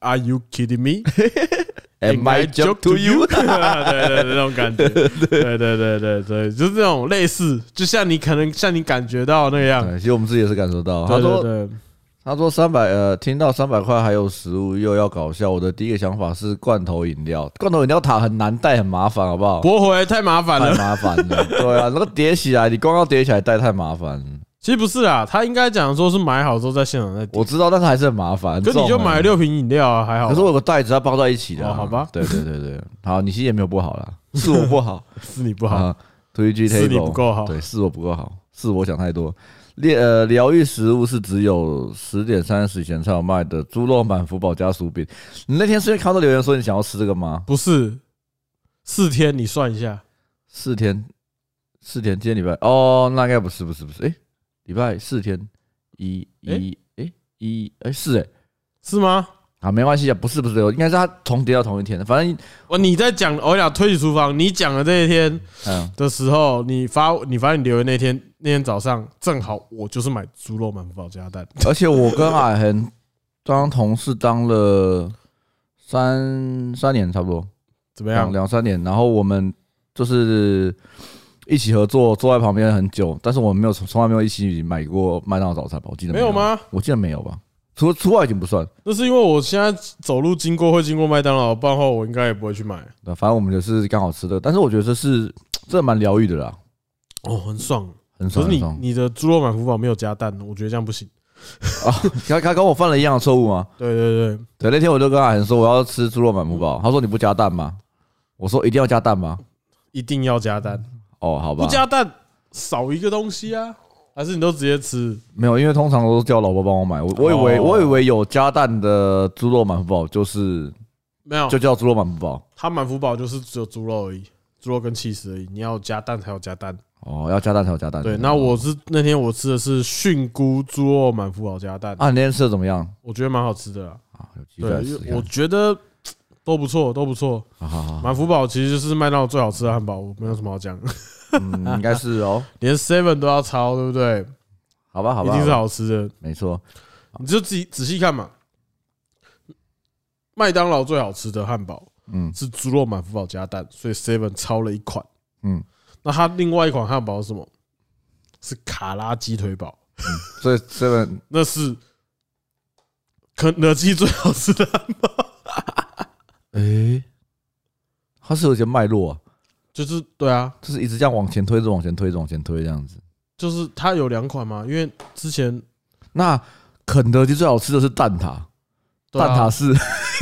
B: ，Are you kidding me？
A: And my joke to you，
B: 对对对，那种感觉，对对对对对，就是这种类似，就像你可能像你感觉到那样。
A: 哎对，其实我们自己也是感受到。他
B: 对对
A: 说，
B: 对，
A: 他说三百，呃，听到三百块还有食物又要搞笑，我的第一个想法是罐头饮料，罐头饮料塔很难带，很麻烦，好不好？
B: 驳回太麻烦
A: 太
B: 了。
A: 麻烦 了，对啊，那个叠起来，你光要叠起来带太麻烦了。
B: 其实不是啦，他应该讲说是买好之后在现场再点，
A: 我知道，但是还是很麻烦。
B: 可你就买
A: 了，
B: 六瓶饮料啊，还好。
A: 可是我有个袋子要包在一起的啊，
B: 哦好吧
A: 对对对对，好，你其实也没有不好啦，是我不好，
B: 是你 不好，
A: 啊，推 G
B: 是你
A: table
B: 不够好。
A: 对，是我不够好，是我想太多。疗呃，疗愈食物是只有十点三十以前才有卖的，猪肉满福宝加薯饼。你那天是因为看到留言说你想要吃这个吗？
B: 不是四天，你算一下，
A: 四天，四天，今天礼拜哦，那应该不是，不是，不是，诶，礼拜四天，一一诶，一诶，是诶，
B: 是吗？
A: 啊，没关系啊，不是不是，应该是它重叠到同一天，反正
B: 我哦你在讲，我俩推理厨房，你讲的这一天
A: 嗯，
B: 的时候，你发你发你留言那天那天早上，正好我就是买猪肉满福宝加蛋，
A: 而且我跟矮恒当同事当了三三年差不多，
B: 怎么
A: 两
B: 样？
A: 两三年，然后我们就是一起合作，坐在旁边很久，但是我们没有从从来没有一起买过麦当劳早餐吧？我记得
B: 没有？吗？
A: 我记得没有吧？除出外景不算，
B: 那是因为我现在走路经过会经过麦当劳，不然的话我应该也不会去买。
A: 那反正我们就是刚好吃的，但是我觉得这是这蛮疗愈的啦，
B: 哦，很爽。
A: 很
B: 可
A: 爽
B: 是
A: 很
B: 你
A: 爽。
B: 你的猪肉满福堡没有加蛋，我觉得这样不行。
A: 他他跟我犯了一样的错误吗？
B: 对对对，
A: 对，那天我就跟阿恒说我要吃猪肉满福堡，他说你不加蛋吗？我说一定要加蛋吗？
B: 一定要加蛋，
A: 哦，好吧，
B: 不加蛋少一个东西啊。还是你都直接吃？
A: 没有，因为通常都是叫老婆帮我买，我我以为、
B: 哦
A: 我以为有加蛋的猪肉满福堡就是
B: 没有
A: 就，叫猪肉满福堡
B: 它满福堡就是只有猪肉而已，猪肉跟起司而已。你要加蛋才有加蛋。
A: 哦，要加蛋才有加蛋。
B: 对，那我是那天我吃的是菌菇猪肉满福堡加蛋，
A: 啊，你那天吃的怎么样
B: 我觉得蛮好吃的啦。
A: 啊？啊有机会来
B: 对，
A: 试
B: 因
A: 试
B: 为我
A: 看。
B: 觉得都不错，都不错。
A: 好好好，
B: 满福堡其实就是麦当劳最好吃的汉堡，我没有什么好讲，
A: 嗯，应该是哦，
B: 连 Seven 都要超，对不对？
A: 好吧，好吧，
B: 一定是
A: 吧
B: 好吃的，
A: 没错。
B: 你就自己仔细看嘛。麦当劳最好吃的汉堡
A: 嗯
B: 是猪肉满福堡加蛋，所以 Seven 抄了一款。
A: 嗯，
B: 那它另外一款汉堡是什么？是卡拉鸡腿堡，
A: 所以 seven
B: 那是肯德基最好吃的汉堡。
A: 哎，它是有一些脉络啊，
B: 就是对啊，
A: 就是一直这样往前推，着往前推，着往前推这样子。
B: 就是它有两款嘛，因为之前
A: 那肯德基最好吃的是蛋挞，
B: 对
A: 蛋
B: 啊
A: 挞是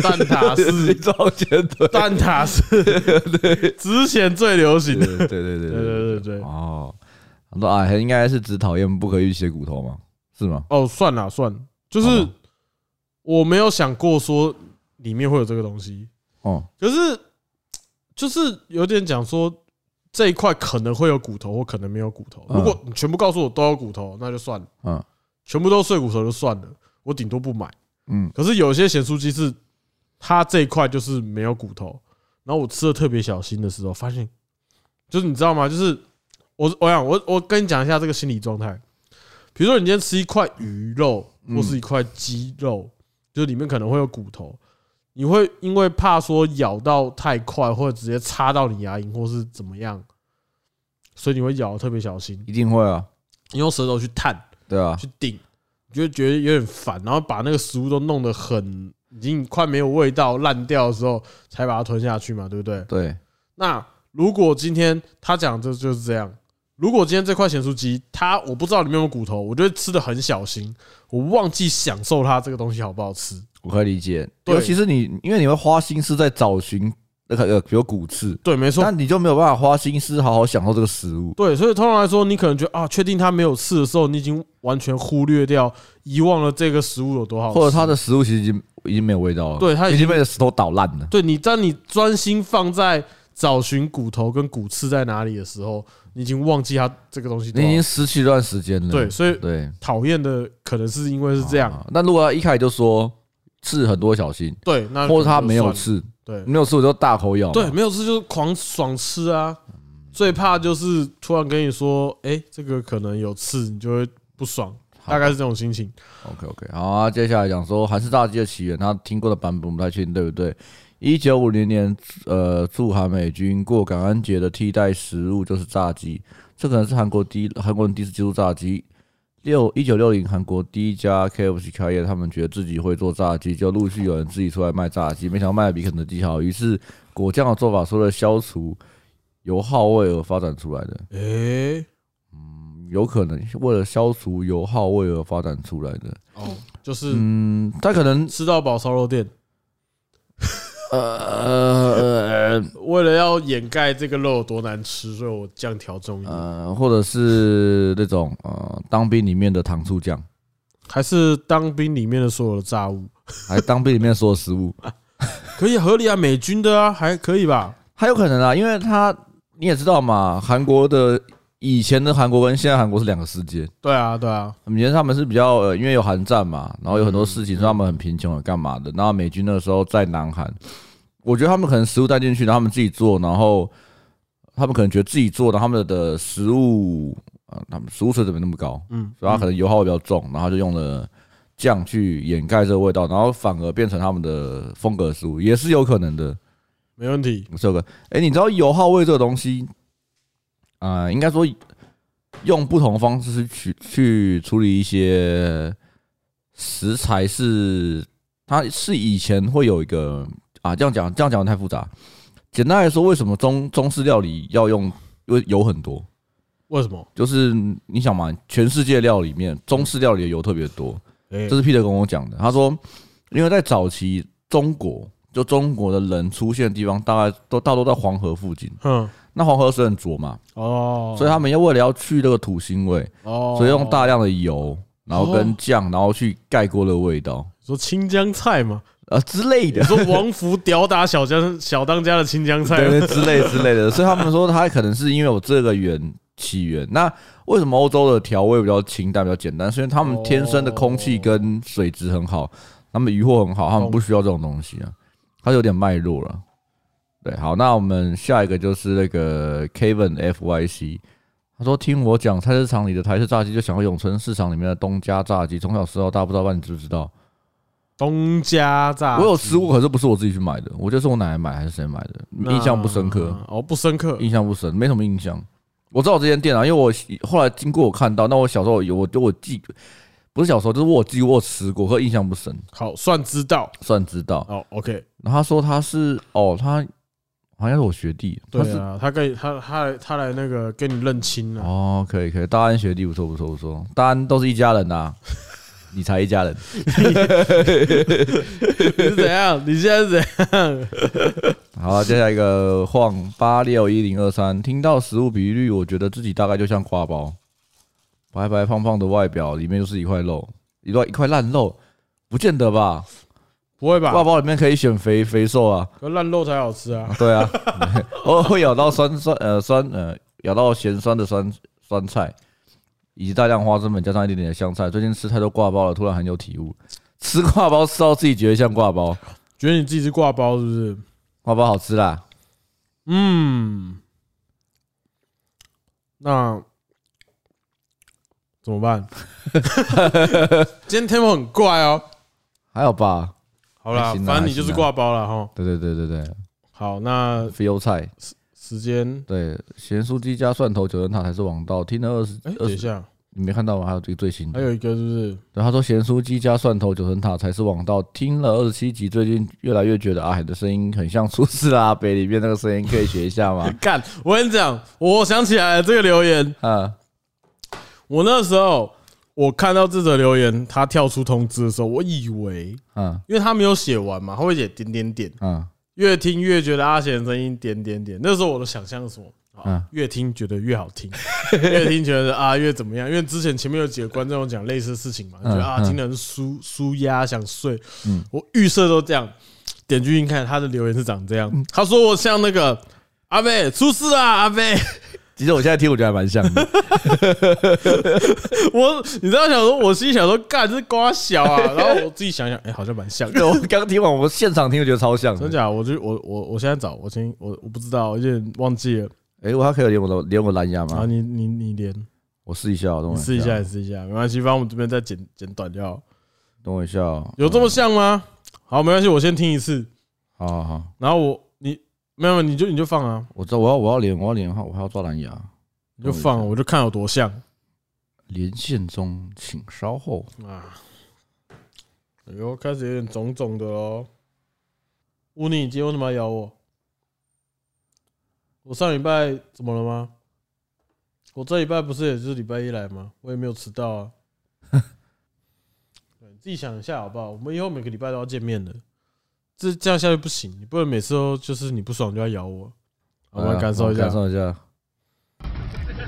B: 蛋挞
A: 一
B: 是
A: 直往前推。
B: 蛋挞是之前最流行
A: 对
B: 的。
A: 对对对对
B: 对对对对，
A: 哦，他说啊，应该是只讨厌不可预期的骨头嘛，是吗？
B: 哦，算了算，就是
A: 好吧
B: 我没有想过说里面会有这个东西，
A: 哦，
B: 可是就是有点讲说这一块可能会有骨头，或可能没有骨头。
A: 嗯
B: 如果你全部告诉我都有骨头，那就算了；
A: 嗯
B: 全部都碎骨头就算了，我顶多不买。
A: 嗯，
B: 可是有些咸酥鸡是它这一块就是没有骨头，然后我吃的特别小心的时候，发现就是你知道吗？就是我我想我我跟你讲一下这个心理状态。比如说你今天吃一块鱼肉
A: 嗯
B: 或是一块鸡肉，就是里面可能会有骨头，你会因为怕说咬到太快或者直接插到你牙龈或是怎么样，所以你会咬得特别小心，
A: 一定会啊，
B: 你用舌头去探。
A: 对啊，
B: 去顶，你就会觉得有点烦，然后把那个食物都弄得很已经快没有味道、烂掉的时候，才把它吞下去嘛，对不对？
A: 对，
B: 那如果今天他讲这就是这样，如果今天这块咸酥鸡，它我不知道里面有没有骨头，我就会吃的很小心，我忘记享受它这个东西好不好吃。
A: 我可以理解。
B: 对
A: 尤其是你，因为你会花心思在找寻那个呃，比如骨刺，
B: 对，没错。
A: 但你就没有办法花心思好好享受这个食物。
B: 对，所以通常来说，你可能觉得啊，确定它没有刺的时候，你已经完全忽略掉、遗忘了这个食物有多好吃，
A: 或者它的食物其实已经已经没有味道了，
B: 对它已
A: 已
B: 经
A: 经被石头捣烂了。
B: 对你，当你专心放在找寻骨头跟骨刺在哪里的时候，你已经忘记它这个东西多
A: 你
B: 好。
A: 已经失去一段时间了，
B: 对，所以
A: 对，
B: 讨厌的可能是因为是这样，
A: 啊。那如果他一开始就说刺很多小心，
B: 对，那
A: 或者他
B: 可能就
A: 没有
B: 算了，
A: 刺，
B: 对
A: 没有刺我就大口咬嘛。
B: 对，没有吃就是狂爽吃啊。最怕就是突然跟你说，哎，这个可能有刺，你就会不爽，
A: 好
B: 大概是这种心情。
A: OK OK，好啊，接下来讲说韩式炸鸡的起源，他听过的版本不太确定，对不对？一九五零年，呃，驻韩美军过感恩节的替代食物就是炸鸡，这可能是韩国第一韩国人第一次接触炸鸡。六一九六零，韩国第一家 KFC 开业，他们觉得自己会做炸鸡，就陆续有人自己出来卖炸鸡，没想到卖的比肯德基好，于是果酱的做法说了消除油耗味而发展出来的，
B: 哎，
A: 有可能是为了消除油耗味而发展出来的。
B: 哦，就是
A: 嗯，他可能
B: 吃到饱烧肉店，
A: 呃呃
B: 为了要掩盖这个肉有多难吃，所以我酱调重一点。
A: 呃，或者是那种呃，当兵里面的糖醋酱，
B: 还是当兵里面的所有的炸物，
A: 还当兵里面所有食物，
B: 可以合理啊，美军的啊，还可以吧？
A: 还有可能啊，因为他你也知道嘛，韩国的以前的韩国跟现在韩国是两个世界，
B: 对啊，对啊，
A: 以前他们是比较呃，因为有韩战嘛，然后有很多事情，
B: 嗯
A: 所以他们很贫穷，干嘛的？然后美军那个时候在南韩，我觉得他们可能食物带进去，然后他们自己做，然后他们可能觉得自己做的他们的食物，呃，他们食物水准没那么高，
B: 嗯，
A: 所以它可能油耗会比较重，然后就用了酱去掩盖这个味道，然后反而变成他们的风格食物，也是有可能的。
B: 没问题。
A: 这个，哎，你知道油耗味这个东西，啊，应该说用不同方式去去处理一些食材是它是以前会有一个啊，这样讲这样讲得太复杂。简单来说，为什么中中式料理要用因为油很多？
B: 为什么？
A: 就是你想嘛，全世界料理里面，中式料理的油特别多。
B: 哎
A: 这是 Peter 跟我讲的，他说，因为在早期中国，就中国的人出现的地方，大概都大多在黄河附近。
B: 嗯
A: 那黄河水很浊嘛，
B: 哦，
A: 所以他们要为了要去这个土腥味，
B: 哦，
A: 所以用大量的油，然后
B: 哦
A: 跟酱，然后去盖锅的味道，
B: 说清江菜嘛，
A: 呃之类
B: 你
A: 的，
B: 说王福吊打小江小当家的清江菜，啊
A: 对对之类之类的。所以他们说，它可能是因为有这个原起源。那为什么欧洲的调味比较清淡、比较简单？是因为他们天生的
B: 哦
A: 空气跟水质很好，他们渔获很好，他们不需要这种东西啊。它有点脉络了。对，好，那我们下一个就是那个 Kevin F Y C，他说听我讲，菜市场里的台式炸鸡就想要永春市场里面的东家炸鸡，从小吃到大，不知道爸你知不知道？
B: 东家炸，
A: 我有吃过，可是不是我自己去买的，我就是我奶奶买还是谁买的，
B: 那
A: 印象不深刻。
B: 嗯哦，不深刻，
A: 印象不深，没什么印象。我知道这间店啊，因为我后来经过我看到，那我小时候有我就我记，不是小时候，就是我有记我有吃过，可印象不深，
B: 好，算知道。
A: 算知道。
B: 哦，OK，
A: 然后他说他是哦，他好像是我学弟，他
B: 对
A: 是、
B: 啊，他跟你他他来他来那个跟你认亲了，
A: 哦，可以可以，大安学弟不错不错不错，大安都是一家人呐、 你才一家人。
B: 你是怎样？你现在是怎样？
A: 好，接下来一个晃八六一零二三，听到食物比喻率，我觉得自己大概就像挂包，白白胖胖的外表，里面就是一块肉，一块一块烂肉，不见得吧？
B: 不会吧？
A: 挂包里面可以选肥肥瘦啊，
B: 可烂肉才好吃啊！
A: 对啊，偶尔会咬到酸酸呃酸呃咬到咸酸的酸酸菜，以及大量花生粉加上一点点的香菜。最近吃太多挂包了，突然很有体悟，吃挂包吃到自己觉得像挂包，
B: 觉得你自己是挂包是不是？
A: 挂包好吃啦。
B: 嗯，那怎么办？ 今天 tempo 很怪哦。
A: 还有吧，
B: 好啦，
A: 还行啊
B: 反正你就是挂包了哈。
A: 对对对对对
B: 好，那
A: 肥油菜，
B: 时间，
A: 对，咸酥鸡加蒜头九层塔才是王道。听了二十
B: 哎、
A: 二
B: 等一
A: 十，
B: 下，
A: 你没看到吗？还有这个最新的
B: 还，有一个是不是？
A: 对，他说咸酥鸡加蒜头九层塔才是王道。听了二十七集，最近越来越觉得阿海的声音很像《出事啦阿北》里面那个声音，可以学一下 吗？
B: 干，我跟你讲，我想起来了这个留言，
A: 啊，
B: 我那时候我看到这则留言，他跳出通知的时候，我以为，
A: 嗯
B: 因为他没有写完嘛，他会写点点点，
A: 嗯，
B: 越听越觉得阿贤的声音点点点。那时候我的想象是什么？
A: 嗯
B: 啊，越听觉得越好听，越听觉得啊越怎么样？因为之前前面有几个观众有讲类似的事情嘛，觉
A: 嗯
B: 得啊
A: 嗯
B: 听得很舒舒压，想睡
A: 嗯。
B: 我预设都这样，点进去看他的留言是长这样，
A: 嗯
B: 他说我像那个阿贝出事啦，阿贝，
A: 其实我现在听我觉得还蛮像的，
B: 我你知道想说，我心里想说干这是瓜小啊， 然后我自己想想，哎好像蛮像的。
A: 对我刚听完，我现场听我觉得超像的。
B: 真假？我就我我我现在找，我先我我不知道，我有点忘记了。
A: 哎、我还可以连我的连我蓝牙
B: 啊，
A: 吗？
B: 你你你连。
A: 我试一下哦，等我
B: 你试一下，，你试一下，没关系，反正我们这边再剪剪短掉了。
A: 等我一下哦。
B: 有这么像吗？好，没关系，我先听一次，
A: 好好好，
B: 然后我你没有，你就你就放啊，
A: 我知道我要我要连我要连的话，我还要抓蓝牙。
B: 你就放啊，
A: 等我一下
B: 我就看有多像
A: 连线中，请稍后。
B: 啊。哎呦，开始有点肿肿的喽。乌尼，你今天为什么要咬我？我上礼拜怎么了吗？我这礼拜不是也是礼拜一来吗？我也没有迟到啊。 对，你自己想一下好不好？我们以后每个礼拜都要见面的，这这样下去不行，你不能每次都就是你不爽就要咬我。好
A: 哎
B: 我们来感受一下
A: 感。受一下。
C: 这个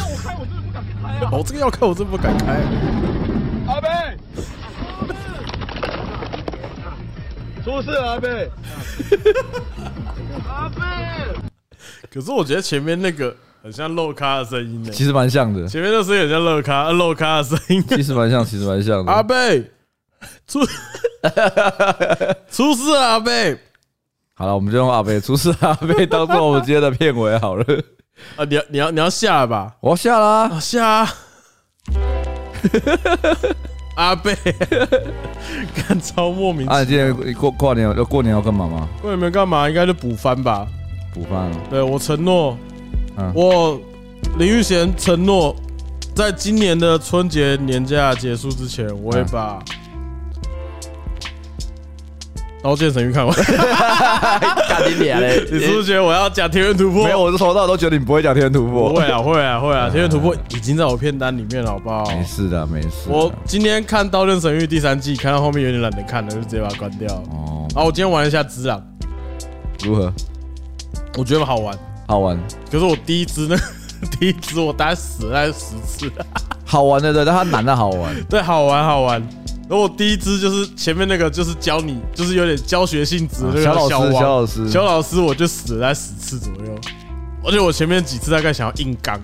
C: 要我开，我真的不敢开啊！
B: 哦，这个要看我真不敢开。
C: 阿贝，出事了，阿贝！阿贝，
B: 可是我觉得前面那个很像漏咖的声音呢、
A: 其实蛮像 的，
B: 前面那声音很像漏咖，呃漏咖的声音。
A: 其实蛮像，其实蛮像的。
B: 阿贝出出事了，阿贝
A: 好了，我们就用阿贝出事阿贝当做我们今天的片尾 好了。
B: 啊！你要你要你要下了吧？
A: 我要下啦，
B: 啊下啊！ 阿贝，看超莫名
A: 啊，
B: 其
A: 你今天过过年要过年要干嘛吗？
B: 妙。你们干嘛？应该就补番吧。
A: 补饭啊。
B: 对我承诺
A: 嗯，
B: 我林玉贤承诺，在今年的春节年假结束之前，我会把《刀剑神域》看完。
A: 干 你脸嘞！
B: 你是不是觉得我要讲《天元突破》？
A: 没有，我是从头到尾都觉得你不会讲天元突
B: 不
A: 破。
B: 会啊，会啊，会 啊，《天元突破》已经在我片单里面了，好不好？
A: 没事的，没事的。
B: 我今天看《刀剑神域》第三季，看到后面有点懒得看了，就直接把它关掉了。
A: 哦，
B: 啊，我今天玩了一下《只狼》，
A: 如何？
B: 我觉得好玩，
A: 好玩，
B: 可是我第一只呢， 第一只我大概死了大概十次。
A: 好玩的，对，但它难的好玩。
B: 对，好玩好玩。然后我第一支就是前面那个，就是教你，就是有点教学性质的那
A: 小
B: 个
A: 老师
B: 王
A: 啊小老师
B: 小老师，我就死了在十次左右。而且我前面几次大概想要硬刚，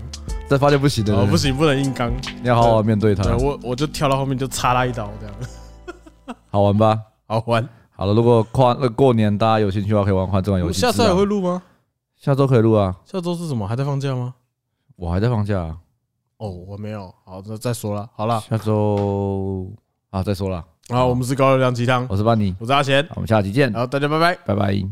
A: 但发现不行的，
B: 哦不，行，不能硬刚，
A: 你要好好面对它
B: 对。我我就跳到后面就插他一刀，这样
A: 好玩吧？
B: 好 玩。
A: 好了，如果跨呃过年大家有兴趣的话，可以玩玩这款游戏。
B: 下周
A: 知
B: 还
A: 道
B: 会，录吗？
A: 下周可以录啊。
B: 下周是什么？还在放假吗？
A: 我还在放假啊，
B: 哦，我没有。好，那再说了。好了，
A: 下周啊再说了。
B: 啊，我们是高热量鸡汤，
A: 我是班尼，
B: 我是阿贤，
A: 好我们下期见
B: 然，后大家拜拜。
A: 拜拜。